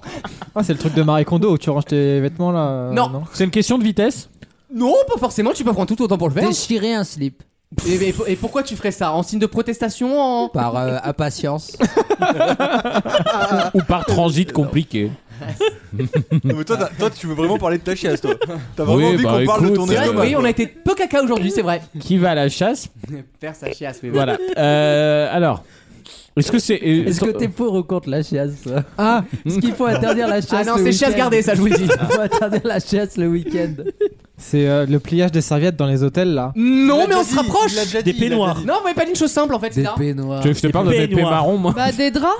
Ah, c'est le truc de Marie Kondo où tu ranges tes vêtements là. euh, Non. C'est une question de vitesse non, pas forcément. Tu peux prendre tout autant pour le faire. Déchirer un slip. Et, mais- et pourquoi tu ferais ça En signe de protestation en... Par euh, <laughs> impatience. ou par transit compliqué. Non, mais toi, t'as- toi, tu veux vraiment parler de ta chiasse, toi. T'as vraiment Oui, envie bah, qu'on parle de écoute, ton c'est C'est vrai, estomac. oui, on a été peu caca aujourd'hui, c'est vrai. Qui va à la chasse Faire sa chiasse, oui. Voilà. Euh, alors, est-ce que c'est euh, Est-ce que so- t'es pour ou contre la chasse toi Ah, ce qu'il faut interdire la chasse. Ah non, le c'est chiasse week-end. gardée, ça, je vous le dis. <laughs> Il faut interdire la chasse le week-end. C'est euh, le pliage des serviettes dans les hôtels là. Non, Il mais l'a on déjà se dit, rapproche. il l'a déjà Des dit, il l'a déjà peignoirs. dit. Non, mais pas d'une chose simple en fait, c'est Des ça. peignoirs. Tu veux que je te parle de mes peignoirs. marrons moi Bah, des draps.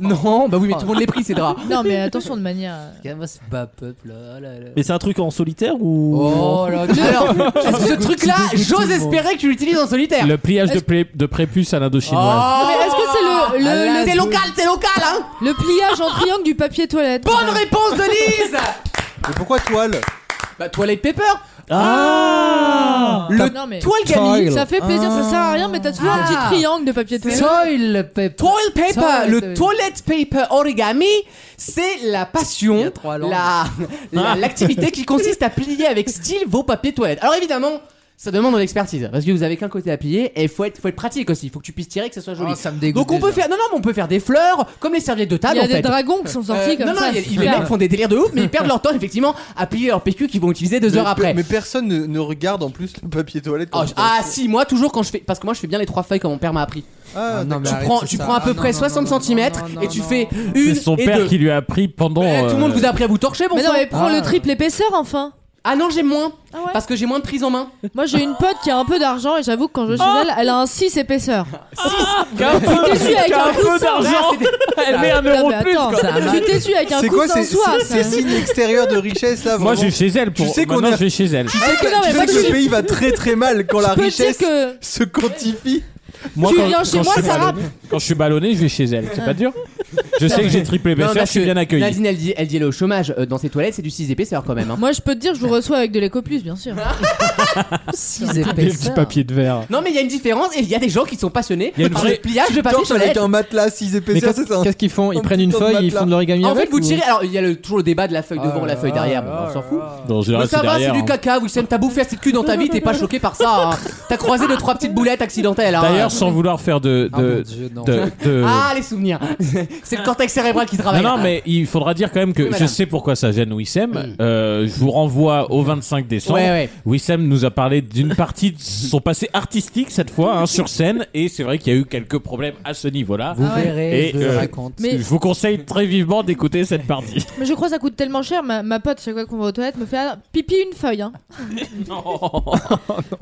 Non, bah oui, mais tout le monde les pris ces <laughs> draps. Non, mais attention de manière. euh, Comment ce bas peuple là, là, là. Mais c'est un truc en solitaire ou Oh là là. Alors, ce truc-là, tu dégoûtes tout j'ose le monde. espérer que tu l'utilises en solitaire. Oh. Le pliage de, plé- de prépuce à l'indochinoise. Non, mais est-ce que c'est le, Ah, le, là, le- C'est local, c'est local, hein le pliage en triangle du papier toilette Bonne réponse de Lise <laughs> Mais pourquoi toile Bah, Toilet Paper Ah Le Non, mais- toile Oh, gami Ça fait plaisir, ça sert à rien, mais t'as toujours Ah. un petit triangle de papier toilette. Soil peuple. Toilet Paper, Toilet, le oui. toilet paper origami, c'est la Il y passion, a trois langues. Ah. la- la- l'activité qui consiste à plier avec style vos papiers toilettes. Alors évidemment, ça demande de l'expertise, parce que vous avez qu'un côté à plier, et faut être, faut être pratique aussi, faut que tu puisses tirer, que ça soit joli. Oh, ça me dégoûte. Donc on peut déjà. faire, non non, mais on peut faire des fleurs, comme les serviettes de Il table y a en des fait. dragons qui sont sortis Euh, comme non, ça. non, il y a- c'est il- les super. mecs font des délires de ouf, mais ils perdent leur temps effectivement à plier leur PQ qu'ils vont utiliser deux mais, heures après. mais personne ne, ne regarde en plus le papier toilette. Oh, quand tu je- ah passes. si, moi toujours quand je fais, parce que moi je fais bien les trois feuilles comme mon père m'a appris. Ah, Ah, non, mais Tu arrête, prends, c'est tu ça. prends à peu Ah, non, près non, 60 non, non, cm non, et non, tu non. fais C'est une son et père deux. qui lui a appris pendant. Mais Tout le monde euh, vous a appris à vous torcher, bon Mais non, sang. mais prends Ah. le triple épaisseur enfin. Ah non, j'ai moins, Ah ouais. parce que j'ai moins de prise en main. Moi j'ai une pote qui a un peu d'argent et j'avoue que quand je vais chez elle, elle a un 6 épaisseur. qu'un peu- Je suis avec qu'un un peu coussin. d'argent, elle met un Non, Ah, euro mais de plus. attends, Ça marche. tu t'essuies avec un C'est quoi coussin ces, soie. ces- ces signes extérieurs de richesse là Moi, vraiment je vais chez elle. Pour... Tu sais qu'on Maintenant, est- je vais chez elle. Tu sais que, non, tu mais sais moi, que je le suis- pays va très très mal quand la Je peux te dire richesse que se quantifie. Moi, tu quand- viens chez quand moi, je suis ça ballonné- Quand je suis ballonné, je vais chez elle. C'est pas dur Je sais que j'ai triplé Non, BFR, je parce suis que bien accueilli. Nadine, elle dit, elle dit elle est au chômage. Euh, dans ses toilettes, c'est du 6 épaisseurs quand même. hein. Moi, je peux te dire, je vous reçois avec de l'écoplus, bien sûr. Six Des petits épaisseurs. papiers de verre. Non, mais il y a une différence et il y a des gens qui sont passionnés Il y a une par vraie- le pliage de Tu papier torches toilette. avec un matelas 6 Mais épaisseurs, c'est qu'est- ça qu'est-ce qu'ils font Un Ils prennent une petit feuille et ils matelas. font de l'origami En avec fait, vous ou- tirez. Alors, il y a le- toujours le débat de la feuille devant, Ah la là feuille là derrière. là bon, on s'en là fout. là. Non, en Mais général, ça c'est va, c'est derrière. hein. du caca, Wissem, t'as bouffé assez de cul dans ta vie, t'es pas choqué par ça. hein. T'as croisé deux trois petites boulettes accidentelles. hein. D'ailleurs, sans vouloir faire de. Ah, mon de, Dieu, non. de, de- Ah, les souvenirs <laughs> C'est le cortex cérébral qui Non, travaille. non, mais il faudra dire quand même que Oui, je madame. sais pourquoi ça gêne Wissem. Euh, je vous renvoie au 25 décembre. Ouais, ouais. Wissem nous a parlé d'une partie de son passé artistique cette fois, hein, sur scène, et c'est vrai qu'il y a eu quelques problèmes à ce niveau-là. Vous verrez, Et, je euh, raconte. Mais- Je vous conseille très vivement d'écouter cette partie. Mais je crois que ça coûte tellement cher. Ma, ma pote, chaque fois qu'on va aux toilettes, me fait ah, pipi une feuille. <laughs> Hein. <laughs>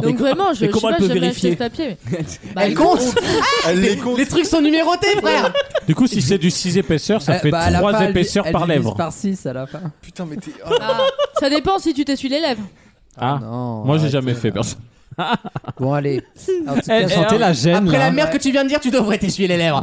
Donc vraiment, je, mais je sais comment pas, elle peut j'ai jamais vérifier acheté ce papier. <laughs> mais- Bah, Elle compte Ah, Elle les compte. Les trucs sont numérotés, frère <laughs> Du coup, si c'est du 6 épaisseurs, ça Eh, fait bah, à la 3 fin, elle- épaisseurs elle par divise lèvre. par 6 à la fin. Putain, mais t'es. Ah, ça dépend si tu t'essuies les lèvres. Ah, Non. moi j'ai arrêtez. jamais fait, personne. Bon, allez. <laughs> En tout Eh, cas, eh, sentez ah, la gêne. Après là. la merde que tu viens de dire, tu devrais t'essuyer les lèvres.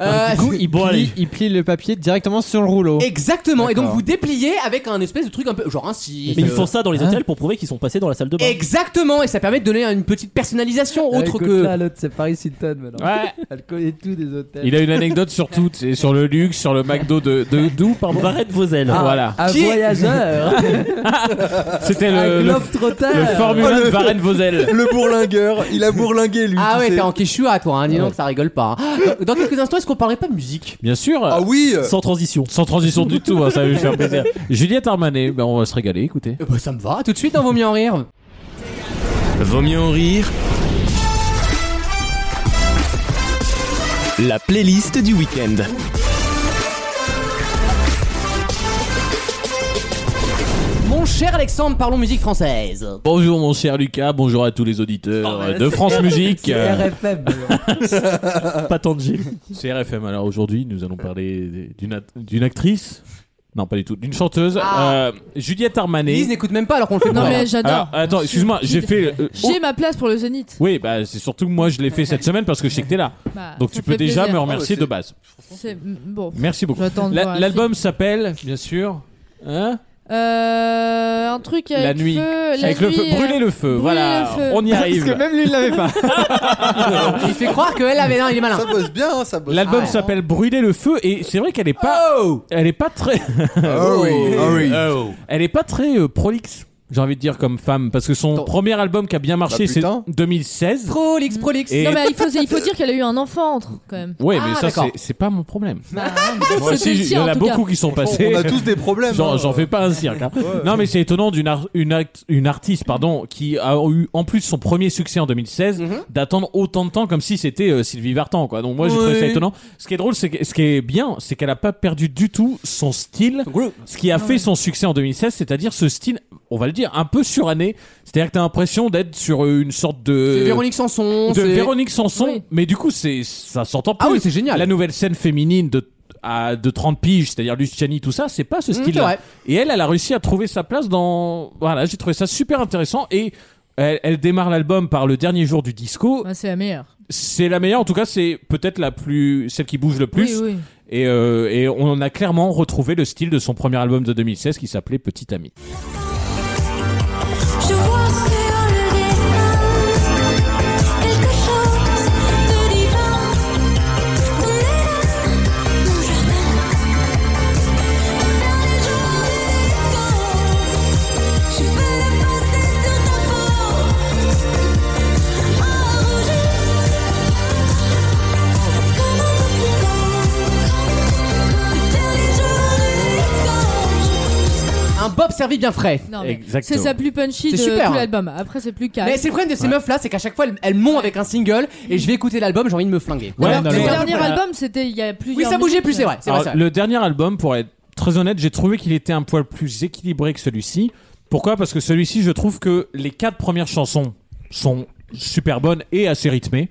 Euh, Du coup, ils Bon, allez. plient, ils plient le papier directement sur le rouleau. Exactement, et donc D'accord. vous dépliez avec un espèce de truc un peu genre un si. Mais ils font ça dans les hôtels pour prouver qu'ils sont passés dans la salle de bain. Exactement, et ça permet de donner une petite personnalisation Ah, autre écoute, que. là, l'autre, c'est Paris Hilton maintenant. Ouais. Elle connaît tout des hôtels. Il a une anecdote sur tout, c'est sur le luxe, sur le McDo de, de d'où, pardon. Barrette vos ailes. Ah, voilà. Un Qui est- <laughs> voyageur, Euh, C'était un le, le, globe-trotteur. le Formule Oh, 1 le- de Varenne Vosel. Le bourlingueur, il a bourlingué lui. Ah tu ouais, sais. t'es en quechua toi, hein, dis donc, ça rigole pas. hein. <gasps> Dans, dans quelques instants, est-ce qu'on parlerait pas de musique Bien sûr. Ah oui Sans transition. Sans transition du tout, hein, ça va lui faire plaisir. <laughs> Juliette Armanet, ben on va se régaler, écoutez. Eh ben, Ça me va, à tout de suite on Vaut mieux en rire. Vaut mieux en rire. La playlist du week-end. Mon cher Alexandre, parlons musique française. Bonjour mon cher Lucas, bonjour à tous les auditeurs euh, de France Musique. C'est RFM. <laughs> Pas tant de gym. C'est RFM, alors aujourd'hui nous allons parler d'une at- d'une actrice, non pas du tout, d'une chanteuse, Ah. euh, Juliette Armanet. Lise n'écoute même pas alors qu'on <laughs> le fait Non, pour mais elle. j'adore. Alors, euh, attends, excuse-moi, j'ai fait. euh, oh, J'ai ma place pour le zénith. Oui, bah c'est surtout que moi je l'ai fait cette semaine parce que je sais que t'es là. Bah, Donc ça tu fait peux déjà plaisir. me remercier Ah, de bah, base. C'est- Bon. Merci beaucoup. J'attends de La- voir la L'album s'appelle, bien sûr, hein Euh, un truc avec La nuit. feu, la Avec nuit, le feu, euh, brûler le feu. brûler voilà, le feu. on y Parce que arrive. même lui, il l'avait pas. <laughs> Il fait croire qu'elle avait. Non, il est malin. Ça bosse bien, hein, ça bosse L'album Ah ouais. s'appelle Brûler le feu et c'est vrai qu'elle est pas, elle est pas très, Ah Oh. oui, ah <laughs> oui. elle est pas très euh, prolixe. J'ai envie de dire comme femme parce que son Attends. premier album qui a bien marché Bah, c'est putain. 2016. Prolix, prolix. Et- Non, mais il faut, il faut dire qu'elle a eu un enfant entre, quand même. Ouais, Ah, mais ça d'accord. c'est- c'est pas mon problème. Ah, C'était Moi aussi, le il y tien, en en a tout cas. beaucoup qui sont passés. On a tous des problèmes. J'en, hein. euh. j'en fais pas un <laughs> cirque. hein. Non, mais c'est étonnant d'une, ar- une, act- une artiste pardon, qui a eu en plus son premier succès en 2016 Mhm. d'attendre autant de temps comme si c'était euh, Sylvie Vartan. Quoi. Donc moi, j'ai trouvé ça étonnant. Ce qui est drôle, c'est que, ce qui est bien, c'est qu'elle a pas perdu du tout son style. Ce qui Ah a fait son succès en 2016, c'est-à-dire ce style, on va le dire, un peu suranné. C'est-à-dire que t'as l'impression d'être sur euh, une sorte de. C'est Véronique Sanson. de c'est- Véronique Sanson, Oui. mais du coup, c'est, ça s'entend plus. Ah oui, c'est génial. La nouvelle scène féminine de, à, de 30 piges, c'est-à-dire Luciani, tout ça, c'est pas ce Mmh, style-là. c'est vrai. Et elle, elle a réussi à trouver sa place dans. Voilà, j'ai trouvé ça super intéressant et. Elle, elle démarre l'album par le dernier jour du disco. Ouais, Bah, c'est la meilleure. C'est la meilleure, en tout cas, c'est peut-être la plus, celle qui bouge le plus. Oui, oui. Et, euh, et on a clairement retrouvé le style de son premier album de 2016 qui s'appelait Petit Ami. Je vois sur le dessin quelque chose de divin. On est là, mon jardin. Dans les jours d'espoir, je veux le penser sur ta peau. Enrougir comme un papillon. Dans les jours d'espoir, Un Bob servi bien frais. Non, mais Exactement. C'est sa plus punchy de C'est super, tout hein. l'album. Après, c'est plus calme. Mais c'est le problème de ces meufs-là, c'est qu'à chaque fois, elles, elles montent avec un single et je vais écouter l'album, j'ai envie de me flinguer. Ouais, Alors non, que mais- le dernier album, c'était il y a plusieurs. Oui, euh, ça bougeait musiques, plus, c'est vrai. C'est vrai, Alors, c'est vrai. le dernier album, pour être très honnête, j'ai trouvé qu'il était un poil plus équilibré que celui-ci. Pourquoi Parce que celui-ci, je trouve que les quatre premières chansons sont super bonnes et assez rythmées.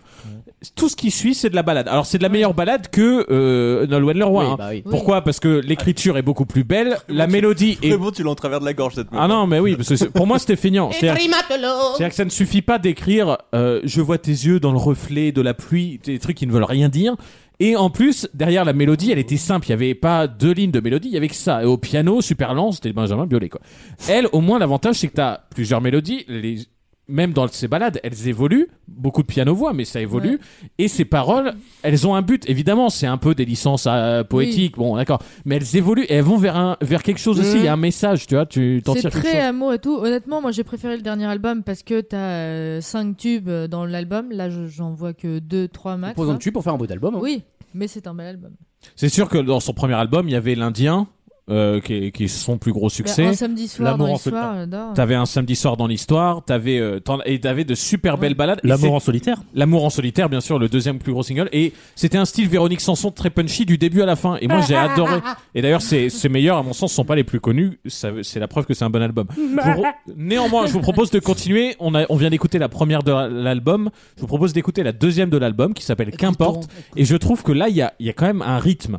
Tout ce qui suit, c'est de la balade. Alors, c'est de la meilleure balade que euh, Nolwenn Leroy. Oui, hein. bah oui. Oui. Pourquoi Parce que l'écriture est beaucoup plus belle, la mélodie est. Mais bon, tu l'as en travers de la gorge cette meuf. Ah non, mais oui, parce que c'est- pour moi, c'était feignant. Et C'est-à-dire- Trimatolo. c'est-à-dire que ça ne euh, suffit pas d'écrire euh, je vois tes yeux dans le reflet de la pluie, des trucs qui ne veulent rien dire. Et en plus, derrière la mélodie, elle était simple. Il n'y avait pas deux lignes de mélodie, il y avait que ça. Et au piano, super lent, c'était Benjamin Biolay, quoi. Elle, au moins, l'avantage, c'est que tu as plusieurs mélodies. Les... Même dans ses balades, elles évoluent. Beaucoup de piano-voix, mais ça évolue. Et ces paroles, elles ont un but. Évidemment, c'est un peu des licences euh, poétiques. Bon, d'accord. Mais elles évoluent et elles vont vers, un, vers quelque chose aussi. Mhm. Il y a un message, tu vois. Tu t'en Mmh. C'est tires quelque très amour et tout. Honnêtement, moi j'ai préféré le dernier album parce que t'as 5 tubes euh, dans l'album. Là, je- j'en vois que 2, 3 max. Posons hein. le tube pour faire un beau album. hein. Oui, mais c'est un bel album. C'est sûr que dans son premier album, il y avait l'Indien, euh, qui, est, qui est son plus gros succès. Ben, un samedi soir L'amour dans en sol- l'histoire, j'adore. T'avais un samedi soir dans l'histoire, t'avais euh, t'en- et t'avais de super belles balades. Et L'amour c'est- en solitaire. L'amour en solitaire, bien sûr, le deuxième plus gros single. Et c'était un style Véronique Sanson très punchy du début à la fin. Et moi, j'ai adoré. Et d'ailleurs, ses, ses meilleurs, à mon sens, sont pas les plus connus. Ça- C'est la preuve que c'est un bon album. Je vous re- Néanmoins, je vous propose de continuer. On, a, on vient d'écouter la première de la- l'album. Je vous propose d'écouter la deuxième de l'album qui s'appelle Qu'importe. Et je trouve que là, il y a, il y a quand même un rythme.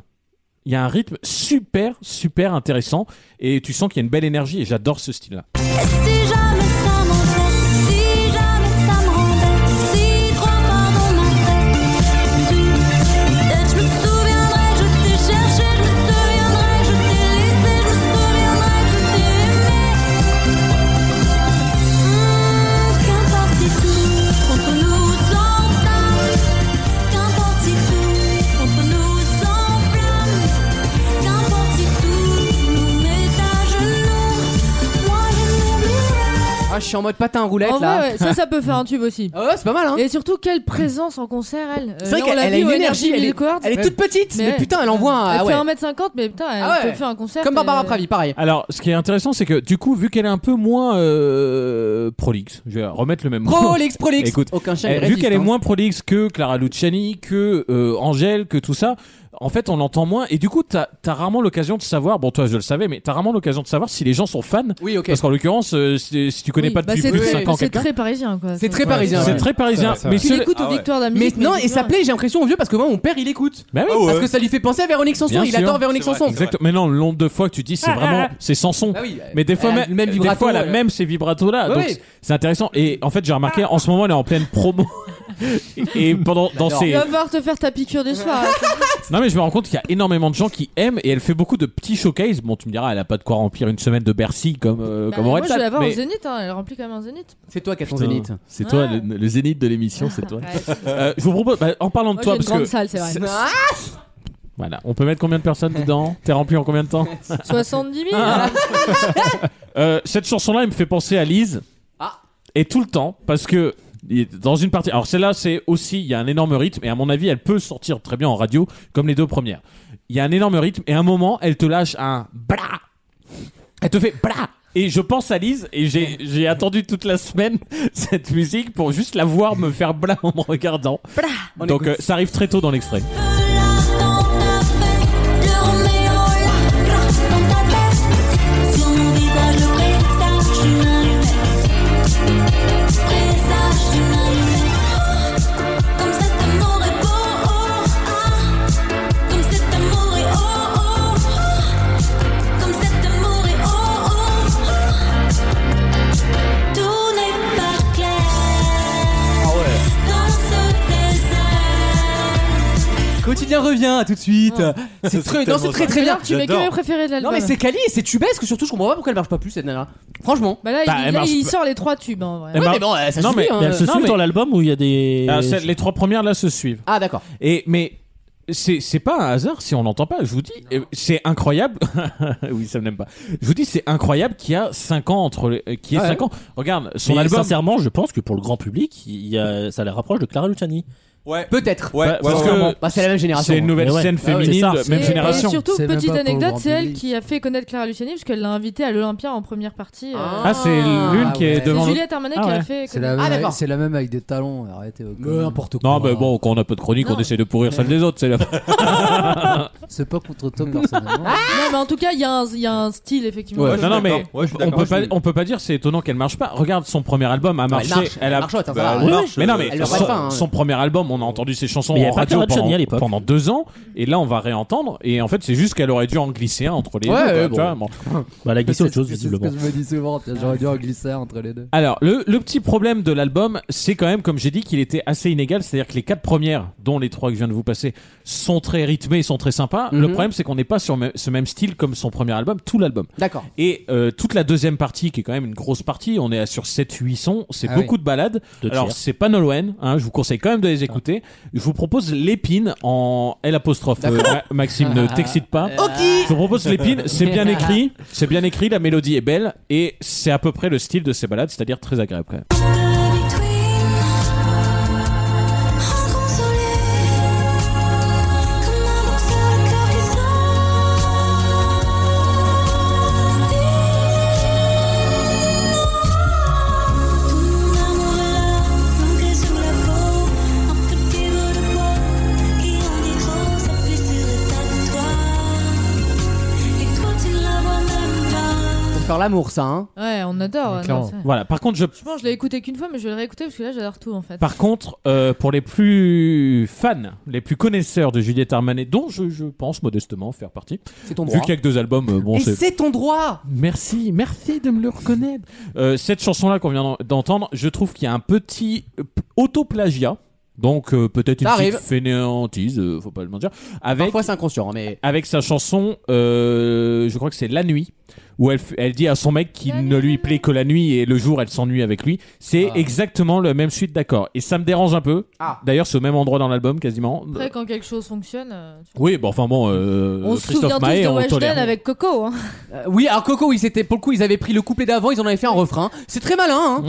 Il y a un rythme super, super intéressant. Et tu sens qu'il y a une belle énergie. Et j'adore ce style-là. Si jamais ça m'embête, si jamais ça me rembête, si trois pardons m'en tu peut-être je me souviendrai, je t'ai cherché, je me souviendrai, je t'ai laissé, je me souviendrai, je t'ai aimé. Qu'importe si tout, entre nous s'enflamme. Qu'importe si tout, entre nous s'enflamme. Qu'importe si tout, nous met à genoux. Moi je m'oublierai. Ah, je suis en mode patin à roulette En là. vrai, ouais, ça, ça peut faire un tube aussi. Ah ouais, c'est pas mal hein. Et surtout, quelle présence en concert, elle. Euh, C'est vrai là, on qu'elle l'a elle a vu une au énergie, elle est, Milkward. elle est toute petite, mais, Mais ouais. putain, elle envoie un. Elle Ah ouais. fait 1m50, mais putain, elle Ah ouais. peut faire un concert. Comme Barbara euh, Pravi, pareil. Alors, ce qui est intéressant, c'est que du coup, vu qu'elle est un peu moins euh, prolixe, je vais remettre le même mot. Prolix, prolix. Écoute, aucun chien. <laughs> Eh, il vu résiste, qu'elle est hein. moins prolixe que Clara Luciani, que euh, Angèle, que tout ça, en fait, on l'entend moins. Et du coup, t'as as rarement l'occasion de savoir. Bon, toi, je le savais, mais t'as rarement l'occasion de savoir si les gens sont fans. Oui, ok. Parce qu'en l'occurrence, euh, si, si tu connais oui, pas bah, depuis c'est plus de très- 5 ans C'est quelqu'un, très parisien, quoi. C'est très parisien. c'est ouais. très parisien. C'est vrai, Mais Tu cela- l'écoutes Ah aux ouais. Victoires de la Mais musique. non, mais et ça plaît, j'ai l'impression au vieux parce que moi, mon père, il écoute. Bah oui, Ah ouais. Parce que ça lui fait penser à Véronique Sanson. Bien Oh, Il sûr. adore Véronique C'est vrai, Sanson. c'est vrai. Exactement. Mais non, le nombre de fois que tu dis, c'est Ah, vraiment, ah, ah. c'est Sanson. Ah oui, euh, Mais des fois, elle a même, le même des vibrato, fois, elle a elle. même ces vibratos là. Ouais, donc, ouais. c'est intéressant. Et en fait, j'ai remarqué, en ce moment, elle est en pleine promo. et pendant, dans J'adore. ces, Il va falloir te faire ta piqûre du <laughs> soir. non, mais je me rends compte qu'il y a énormément de gens qui aiment et elle fait beaucoup de petits showcases. Bon, tu me diras, elle a pas de quoi remplir une semaine de Bercy comme, euh, Bah, comme Moi, Aurel je vais San, la voir au mais- Zénith, hein, elle remplit quand même un Zénith. C'est toi qui as ton Putain, zénith. C'est toi, Ah. le, le zénith de l'émission, c'est toi. Euh, je vous propose, bah, en parlant de Moi, j'ai toi, une parce que. grande salle, c'est vrai. Ah, Voilà, on peut mettre combien de personnes dedans T'es rempli en combien de temps 70 000 Ah, Euh, cette chanson-là, elle me fait penser à Lise. Ah. Et tout le temps, parce que il est dans une partie. Alors celle-là, c'est aussi, il y a un énorme rythme, et à mon avis, elle peut sortir très bien en radio, comme les deux premières. Il y a un énorme rythme, et à un moment, elle te lâche un bla. Elle te fait bla. Et je pense à Lise, et j'ai j'ai attendu toute la semaine <laughs> cette musique pour juste la voir me faire bla en me regardant. On Donc écoute. euh, ça arrive très tôt dans l'extrait. Dans ta fête de Roméo, la glace dans ta tête Sur mon visage, le présage d'une allumette Présage d'une allumette Comme cet amour est beau, oh Comme cet amour est oh oh Comme cet amour est oh oh Tout n'est pas clair Dans ce désert Quotidien revient, à tout de suite. C'est C'est très, non, tellement c'est très ça. très bien. Tu mets que J'adore. mes préférés de Non l'album. mais c'est Cali et c'est tubesque surtout. Je comprends pas pourquoi elle marche pas plus cette nana. Franchement. Bah là, Bah, il, elle là, marche il pas. sort les trois tubes en vrai. Eh ben, mais bon, euh, ça non, suffit, mais hein. Mais elle se non, suit mais- dans l'album où il y a des. Ah, celles- les trois premières là se suivent. Ah d'accord. Et mais c'est c'est pas un hasard si on l'entend pas. Je vous dis, euh, c'est incroyable. <laughs> oui, ça me n'aime pas. Je vous dis, c'est incroyable qu'il y a 5 ans entre les, euh, qu'il y ait Ah ouais. 5 ans. Regarde, son Son album. Sincèrement, je pense que pour le grand public, il y a- ça les rapproche de Clara Luciani. Ouais. Peut-être. Ouais, Bah, ouais, parce ouais, que ouais. Bah c'est la même génération. c'est une nouvelle Mais ouais. scène Ah ouais, féminine, c'est ça, de même Et- génération. Et surtout, C'est même petite pas pour le anecdote, grand c'est elle public. qui a fait connaître Clara Luciani parce qu'elle l'a invitée à l'Olympia en première partie. euh, Ah, Ah, c'est l'une qui est c'est devant. Juliette Armanet Ah qui ouais. a fait. C'est connaître- Ah, <laughs> la, même d'accord. avec- c'est la même avec des talons. Arrêtez. euh, quand Mais même. n'importe quoi. Non, mais bon, quand on a pas de chronique, Non. on essaie de pourrir celle des autres, c'est la. se pas contre toi personnellement. <laughs> Non, mais en tout cas, il y, a un- il y a un style, effectivement. Ouais, de- non, non, mais Ouais, je suis on, d'accord, peut je pas, suis- on peut pas dire c'est étonnant qu'elle marche pas. Regarde son premier album a Non, elle marché. marche, elle a marche, attends, Bah, ça va, elle elle marche. marche, Mais non, euh, mais elle aura son, pas, hein. son premier album, on a entendu ses chansons Mais il y en avait pas radio Clara Johnny à pendant, l'époque. pendant deux ans. Et là, on va réentendre. Et en fait, c'est juste qu'elle aurait dû en glisser un entre les Ouais, deux. quoi, ouais, tu bon. vois, bon. Bah, elle a glissé autre chose, C'est ce que visiblement. je me dis souvent. tiens, J'aurais dû en glisser un entre les deux. Alors, le, le petit problème de l'album, c'est quand même, comme j'ai dit, qu'il était assez inégal. C'est-à-dire que les quatre premières, dont les trois que je viens de vous passer, sont très rythmées, sont très sympas. Le Mhm. problème, c'est qu'on n'est pas sur me- ce même style comme son premier album, tout l'album. D'accord. Et euh, toute la deuxième partie, qui est quand même une grosse partie, on est à sur 7-8 sons, c'est Ah beaucoup de balades. De Alors, tiers. c'est pas Nolwenn, hein, je vous conseille quand même de les écouter. Je vous propose l'épine en L apostrophe. euh, Ma- Maxime, ne t'excite pas. Je vous propose l'épine, c'est bien écrit, c'est bien écrit, la mélodie est belle, et c'est à peu près le style de ces balades, c'est-à-dire très agréable quand même. En grand soleil, comme un boxeur le cœur qui s'enstille. Ton amour est là, planqué sur la peau, un petit bout de peau qui en dit trop, sa blessure est à toi. Et toi tu ne la vois même pas. Pour faire l'amour, ça, hein. Ouais, on adore. non, clairement. c'est- Voilà, par contre, je je pense que je l'ai écouté qu'une fois, mais je vais le réécouter parce que là, j'adore tout en fait. Par contre, euh, pour les plus fans, les plus connaisseurs de Juliette Armanet, dont je, je pense modestement faire partie, C'est ton vu droit. qu'il y a que deux albums, euh, bon, Et c'est c'est ton droit Merci, merci de me le reconnaître. Euh, cette chanson-là qu'on vient d'en- d'entendre, je trouve qu'il y a un petit euh, p- autoplagiat, donc euh, peut-être une Ça petite arrive. fainéantise, euh, faut pas le mentir, avec, Parfois, c'est inconscient, hein, mais. avec sa chanson, euh, je crois que c'est La Nuit, où elle, f- elle dit à son mec qu'il La ne nuit, lui la plaît que la nuit et le jour elle s'ennuie avec lui. C'est Ah. exactement le même suite d'accords. Et ça me dérange un peu. Ah. D'ailleurs, c'est au même endroit dans l'album quasiment. Après, quand quelque chose fonctionne, euh, tu- Oui, bon, enfin bon, euh, on se souvient Christophe tous Maé, de on Weshden tolère. avec Coco. Hein. Euh, oui, alors Coco, oui, c'était pour le coup, ils avaient pris le couplet d'avant, ils en avaient fait un refrain. C'est très malin, hein.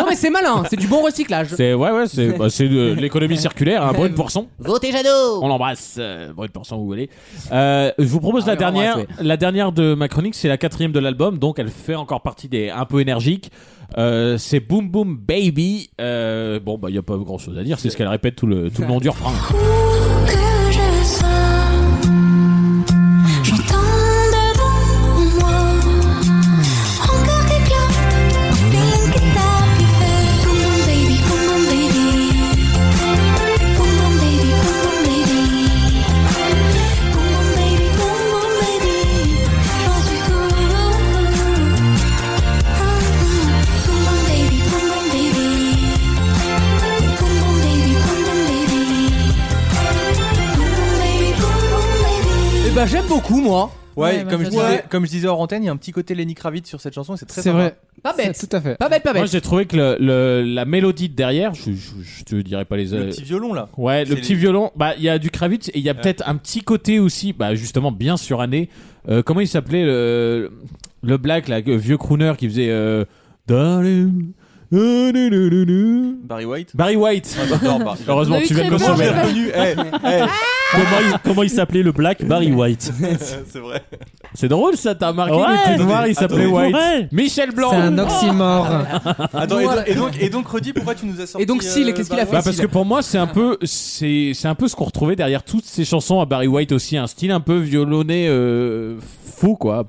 non, mais c'est malin, c'est du bon recyclage. C'est ouais ouais c'est bah, <laughs> c'est de l'économie circulaire hein, Brune Poisson. Votez Jadot On l'embrasse, euh, Brune Poisson où vous voulez. Euh, je vous propose Ah la oui, on l'embrasse, dernière, la dernière de ma chronique, c'est la quatrième de l'album, donc elle fait encore partie des un peu énergiques. Euh, c'est Boom Boom Baby. Euh, bon bah il y a pas grand chose à dire, c'est ce qu'elle répète tout le tout le long <laughs> du refrain. que je sois. J'entends dedans moi un cœur qui clope, un feeling qui tape, il fait boum boum baby, boum boum baby, boum boum baby, boum boum baby, boum boum baby, boum boum baby. J'en suis fou. Boum boum baby, boum boum baby, boum boum baby, boum boum baby. Eh ben, j'aime beaucoup, moi. Ouais, Ouais, bah, comme, je ça, disais, ça- comme je disais hors antenne, il y a un petit côté Lenny Kravitz sur cette chanson et c'est très C'est sympa. vrai. Pas bête. C'est Tout à fait. Pas bête, pas Moi bête. j'ai trouvé que le, le- la mélodie de derrière, je, je, je te dirais pas les. euh, Le petit violon là. Ouais, le C'est petit les- violon. Bah, il y a du Kravitz et il y a peut-être un petit côté aussi, bah, justement, bien suranné. Euh, comment il s'appelait le, le black, là, le vieux crooner qui faisait. euh, Barry White. Barry White. Ouais, j'adore Barry. Heureusement, On a eu tu viens de très peu, me Comment Comment je je sauver. l'ai <laughs> l'ai reconnu Comment il, comment il s'appelait le Black Barry White C'est vrai. C'est drôle, ça, t'as remarqué Ouais. il était noir, il s'appelait Attendez. White. Ouais. Michel Blanc. C'est Ah, un oxymore. Attends, et, donc- et <laughs> donc, et donc, Rodi, pourquoi tu nous as sorti Et donc, Seal, euh, qu'est-ce qu'il a Barry fait, Bah, parce que pour moi, c'est un peu, c'est, c'est un peu ce qu'on retrouvait derrière toutes ces chansons à Barry White aussi, un style un peu violonné, euh, fou, quoi.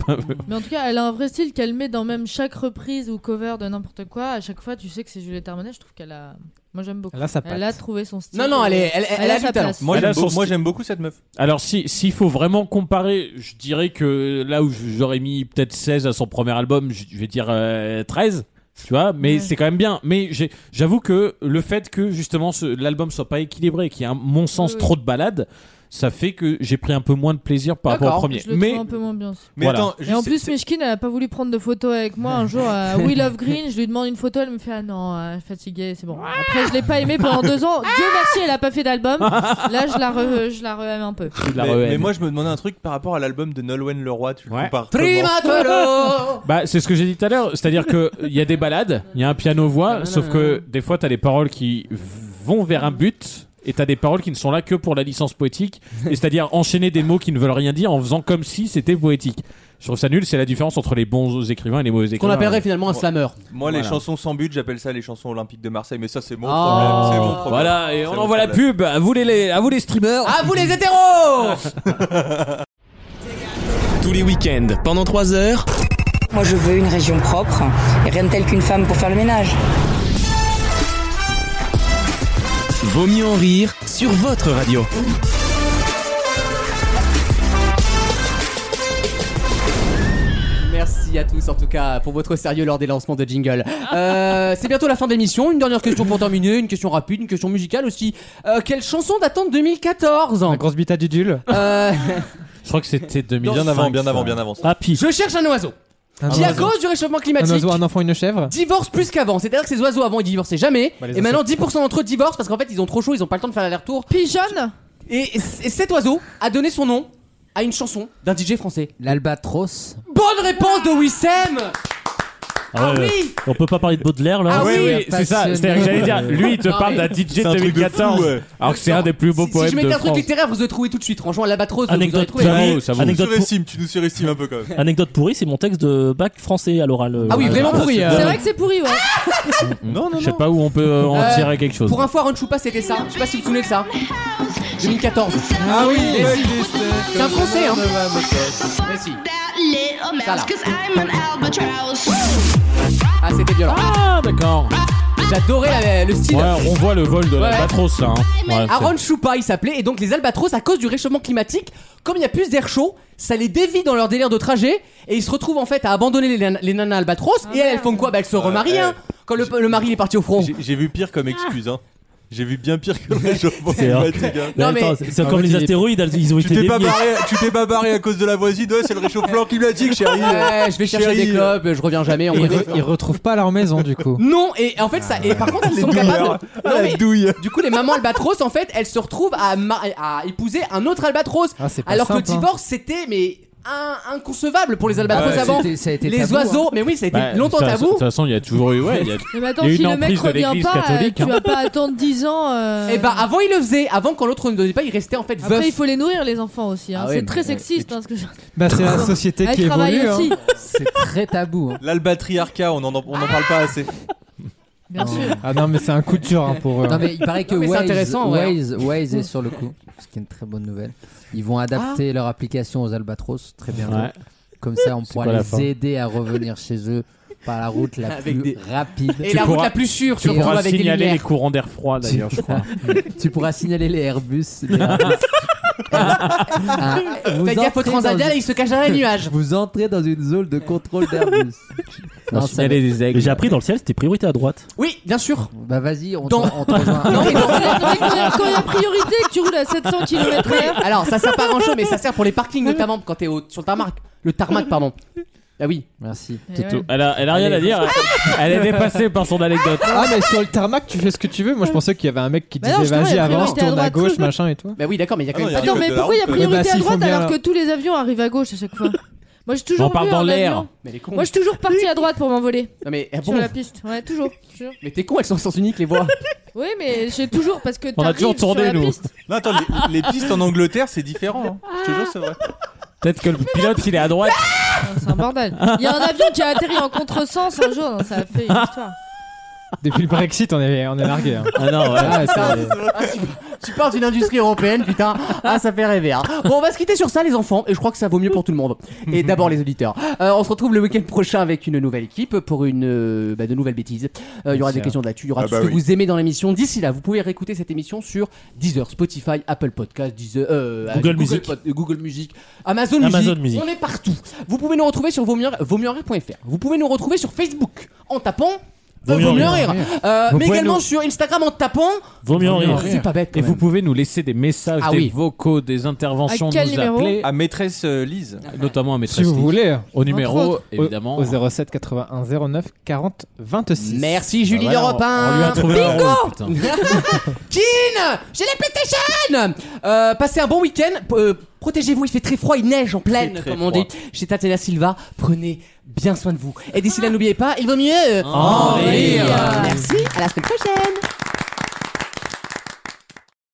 Mais en tout cas, elle a un vrai style qu'elle met dans même chaque reprise ou cover de n'importe quoi. À chaque fois, tu sais que c'est Juliette Armanet. Je trouve qu'elle a. Moi, j'aime beaucoup. Là, ça passe. Elle a trouvé son style. Non, non, elle est- elle- elle a a du sa talent. place. Moi Elle a j'aime, son beau- moi, style. j'aime beaucoup cette meuf. Alors si s'il faut vraiment comparer, je dirais que là où j'aurais mis peut-être 16 à son premier album, je je vais dire euh, 13. Tu vois, mais Ouais. c'est quand même bien. Mais j'ai- j'avoue que le fait que justement ce- l'album soit pas équilibré, qu'il y ait à mon sens Oui, oui. trop de balades, ça fait que j'ai pris un peu moins de plaisir par rapport au D'accord, premier. Je le Mais trouve un peu moins bien. aussi. Mais Voilà. attends, Et en c'est- plus, c'est- Mishkin, elle a pas voulu prendre de photos avec moi un jour à We Love Green. Je lui demande une photo, elle me fait Ah non, euh, fatiguée, c'est bon. Après, je l'ai pas aimée pendant deux ans. Dieu merci, elle a pas fait d'album. Là, je la re, je la re un peu. c'est de la mais, rehaine. mais moi je me demandais un truc par rapport à l'album de Nolwenn Leroy, tu le Ah Ouais. compares comment <laughs> Primatoro Bah, c'est ce que j'ai dit tout à l'heure, c'est-à-dire que il y a des balades, il y a un piano-voix, sauf que des fois t'as des paroles qui vont vers un but et t'as des paroles qui ne sont là que pour la licence poétique, et c'est-à-dire enchaîner des mots qui ne veulent rien dire en faisant comme si c'était poétique. Je trouve ça nul, c'est la différence entre les bons écrivains et les mauvais Qu'on écrivains. appellerait finalement un slammer. Moi, les Voilà. chansons sans but, j'appelle ça les chansons olympiques de Marseille, mais ça, c'est mon Ah. problème. c'est mon problème. Voilà, et on C'est mon envoie la problème. pub. À vous les- les, à vous les streamers. Euh, À vous les hétéros Tous les week-ends, pendant 3 heures. Moi, je veux une région propre et rien de tel qu'une femme pour faire le ménage. Vaut mieux en rire sur votre radio. Merci à tous en tout cas pour votre sérieux lors des lancements de jingle. Euh, c'est bientôt la fin de l'émission. Une dernière question pour terminer, une question rapide, une question musicale aussi. Euh, quelle chanson datant de 2014 La grosse bite à Dudul. Euh, Je crois que c'était 2000. Bien avant, bien avant, bien avant. Ah, Happy. Je cherche un oiseau. Un Qui à oiseau. cause du réchauffement Un climatique oiseau, un enfant, une chèvre. divorce plus qu'avant. C'est-à-dire que ces oiseaux avant ils divorçaient jamais. Bah, les et maintenant 10% d'entre eux divorcent parce qu'en fait ils ont trop chaud, ils ont pas le temps de faire l'aller-retour. Pigeonne Et, et cet oiseau a donné son nom à une chanson d'un DJ français. L'albatros. Bonne réponse de Wissem Ah ouais, oui On peut pas parler de Baudelaire là Ah oui, Oui, c'est ça. C'est-à-dire que j'allais dire, lui, il te Non, parle mais- d'un DJ C'est de un truc de fou, 2014. ouais. Alors que c'est un des plus beaux Si, si poèmes je de mettais un truc France. littéraire, vous le trouvez tout de suite. Franchement, l'albatros, vous aurez Anecdote trouvé. pourrie. J'avoue, j'avoue. Tu nous Anecdote, pour- surestimes, tu nous surestimes un peu quand même. anecdote pourrie, c'est mon texte de bac français à l'oral. euh, Ah oui, voilà. vraiment pourri. euh. C'est vrai que c'est pourri, ouais. Non, non, Je sais pas où on peut euh, en Euh, tirer quelque chose. Pour info, Aaron Choupa, c'était ça. Je sais pas si vous vous souvenez de ça. 2014. Ah oui, euh, C'est un français, hein. Mais si. Ça, là. Ah, c'était violent. Ah, d'accord. J'adorais la- le style. Ouais, on voit le vol de Ouais. l'albatros là. hein. Ouais, c'est- Aaron Choupa, il s'appelait. Et donc, les albatros, à cause du réchauffement climatique, comme il y a plus d'air chaud, ça les dévie dans leur délire de trajet. Et ils se retrouvent en fait à abandonner les, nan- les nanas albatros. et elles, elles font quoi Bah, elles se remarient, hein. Quand le, le mari est parti au front. J'ai- J'ai vu pire comme excuse, hein. J'ai vu bien pire que le réchauffement C'est vrai. climatique. hein. Mais Non, mais- attends, c'est- C'est Ah, comme mais les il est- astéroïdes, elles- ils ont Tu été t'es pas déviés. barré, tu t'es pas barré à cause de la voisine, ouais, c'est le réchauffement climatique, chérie. Ouais, je vais chercher Chérie, des euh, clubs, je reviens jamais. On Ils, revient- re- ils retrouvent pas leur maison <laughs> du coup. Non, et en fait, ça. Et par contre, ils sont douleurs. capables. Ah, Non, la mais- douille. Du coup, les mamans albatros, en fait, elles se retrouvent à, ma- à épouser un autre albatros. Ah, c'est pas alors simple, que le divorce, c'était, mais. un- inconcevable pour les Bah, albatros ouais, avant. c'était- ça a été les tabou, hein. oiseaux, mais oui, ça a été Bah, longtemps ça- ça- De tabou. toute façon, il y a toujours eu. Ouais, il y a- Mais maintenant, Il y a si une le mec emprise de revient l'Église pas, euh, catholique, tu hein. vas pas attendre 10 ans. euh, Et bah, avant, ils le faisaient. Avant, quand l'autre ne donnait pas, ils restaient en fait veufs. Après, il faut les nourrir, les enfants aussi. hein. Ah ouais, c'est mais- très sexiste. hein, ce que je- Bah, c'est la société Elle qui travaille évolue. hein. aussi, C'est très tabou. hein. L'albatriarcat, on en, on en parle pas assez. bien sûr. Ah non, mais c'est un coup dur hein, pour eux. Non mais il paraît que Non, mais c'est Waze, intéressant, ouais. Waze, Waze est sur le coup, ce qui est une très bonne nouvelle. Ils vont Ah. adapter leur application aux albatros, très bien. Ouais. Comme ça, on pourra quoi la les fin aider à revenir chez eux par la route la Avec plus des- rapide. Et Tu la route pourras- la plus sûre, Tu surtout pourras avec des signaler lumières. les courants d'air froid d'ailleurs, <laughs> je crois. Tu pourras signaler les Airbus. <laughs> Les Airbus. Ah, vous, Faites gaffe au entrez dans Transavia, une- il se cache dans les <laughs> nuages. vous entrez dans une zone de contrôle d'Airbus. Non, ça va- des Mais J'ai appris dans le ciel, c'était priorité à droite. Oui, bien sûr. Bah vas-y, on, Dans- te- on te rejoint. <laughs> Non, mais non. Quand il y a- quand il y a priorité et que tu roules à 700 km Oui, alors ça sert pas à grand chose, mais ça sert pour les parkings notamment quand t'es au- sur le tarmac. Le tarmac, pardon. Ah oui. Merci. Eh Elle a, elle a rien à dire. hein. <laughs> Elle est dépassée par son anecdote. Ah mais sur le tarmac tu fais ce que tu veux. Moi je pensais qu'il y avait un mec qui Bah non, disait justement, il vas-y y a la avance, priorité à tourne à droite. gauche, machin <laughs> et tout. Bah oui, d'accord, mais il y a quand Ah non, il y même. a Attends, rien mais que de pourquoi il y a la route, priorité Eh ben, à s'ils droite font bien alors que leur- tous les avions arrivent à gauche à chaque fois Moi j'ai toujours On parle vu dans un l'air. avion. Mais elle est con. Moi je suis toujours parti à droite pour m'envoler Non, mais ah bon, sur la piste. Ouais, toujours. toujours. mais t'es con, elles sont en sens unique les voies. Oui, mais j'ai toujours parce que On a toujours t'arrives sur tourné, la nous. piste. Non, attends, les, les pistes en Angleterre, c'est différent. Hein. Je te jure, c'est vrai. Peut-être que le pilote il est à droite. Ah, C'est un bordel. Il y a un avion qui a atterri en contresens un jour, non, ça a fait une histoire. Depuis le Brexit on est on est largué. hein. Ah non, ouais. Ah, Ah, tu, c'est- tu parles d'une industrie européenne, <laughs> putain. Ah, ça fait rêver. hein. Bon, on va se quitter sur ça, les enfants. Et je crois que ça vaut mieux pour tout le monde. Et d'abord les auditeurs. Euh, on se retrouve le week-end prochain avec une nouvelle équipe pour une euh, bah, de nouvelles bêtises. Euh, Il y aura des questions de l'actu, il y aura Ah tout bah ce que oui. vous aimez dans l'émission. D'ici là, vous pouvez réécouter cette émission sur Deezer, Spotify, Apple Podcast, Deezer, euh, Google Music. Pod- euh, Google Music, Amazon, Amazon Music. Music. On est partout. Vous pouvez nous retrouver sur vaumieuxrire.fr. Vous pouvez nous retrouver sur Facebook en tapant. euh, Vaut mieux Vaut mieux en rire. Euh, Vous mais pouvez également nous- sur Instagram en tapant Vaut mieux en rire. c'est pas bête. quand Et vous même. pouvez nous laisser des messages, Ah des oui. vocaux, des interventions, À quel nous numéro appeler, À maîtresse euh, Lise. notamment à Si maîtresse vous Lee. voulez. au numéro autres. évidemment. Au 07 81 09 40 26. Merci Julie Bah voilà, d'Europe on- un. On lui a trouvé un rôle, putain. Jean, j'ai la PlayStation. Euh, passez un bon week-end. P- euh, Protégez-vous, il fait très froid, il neige en pleine, Très, très comme on froid. dit. Chez Tatiana Silva, prenez bien soin de vous. Et d'ici là, n'oubliez pas, il vaut mieux En rire. Merci, à la semaine prochaine.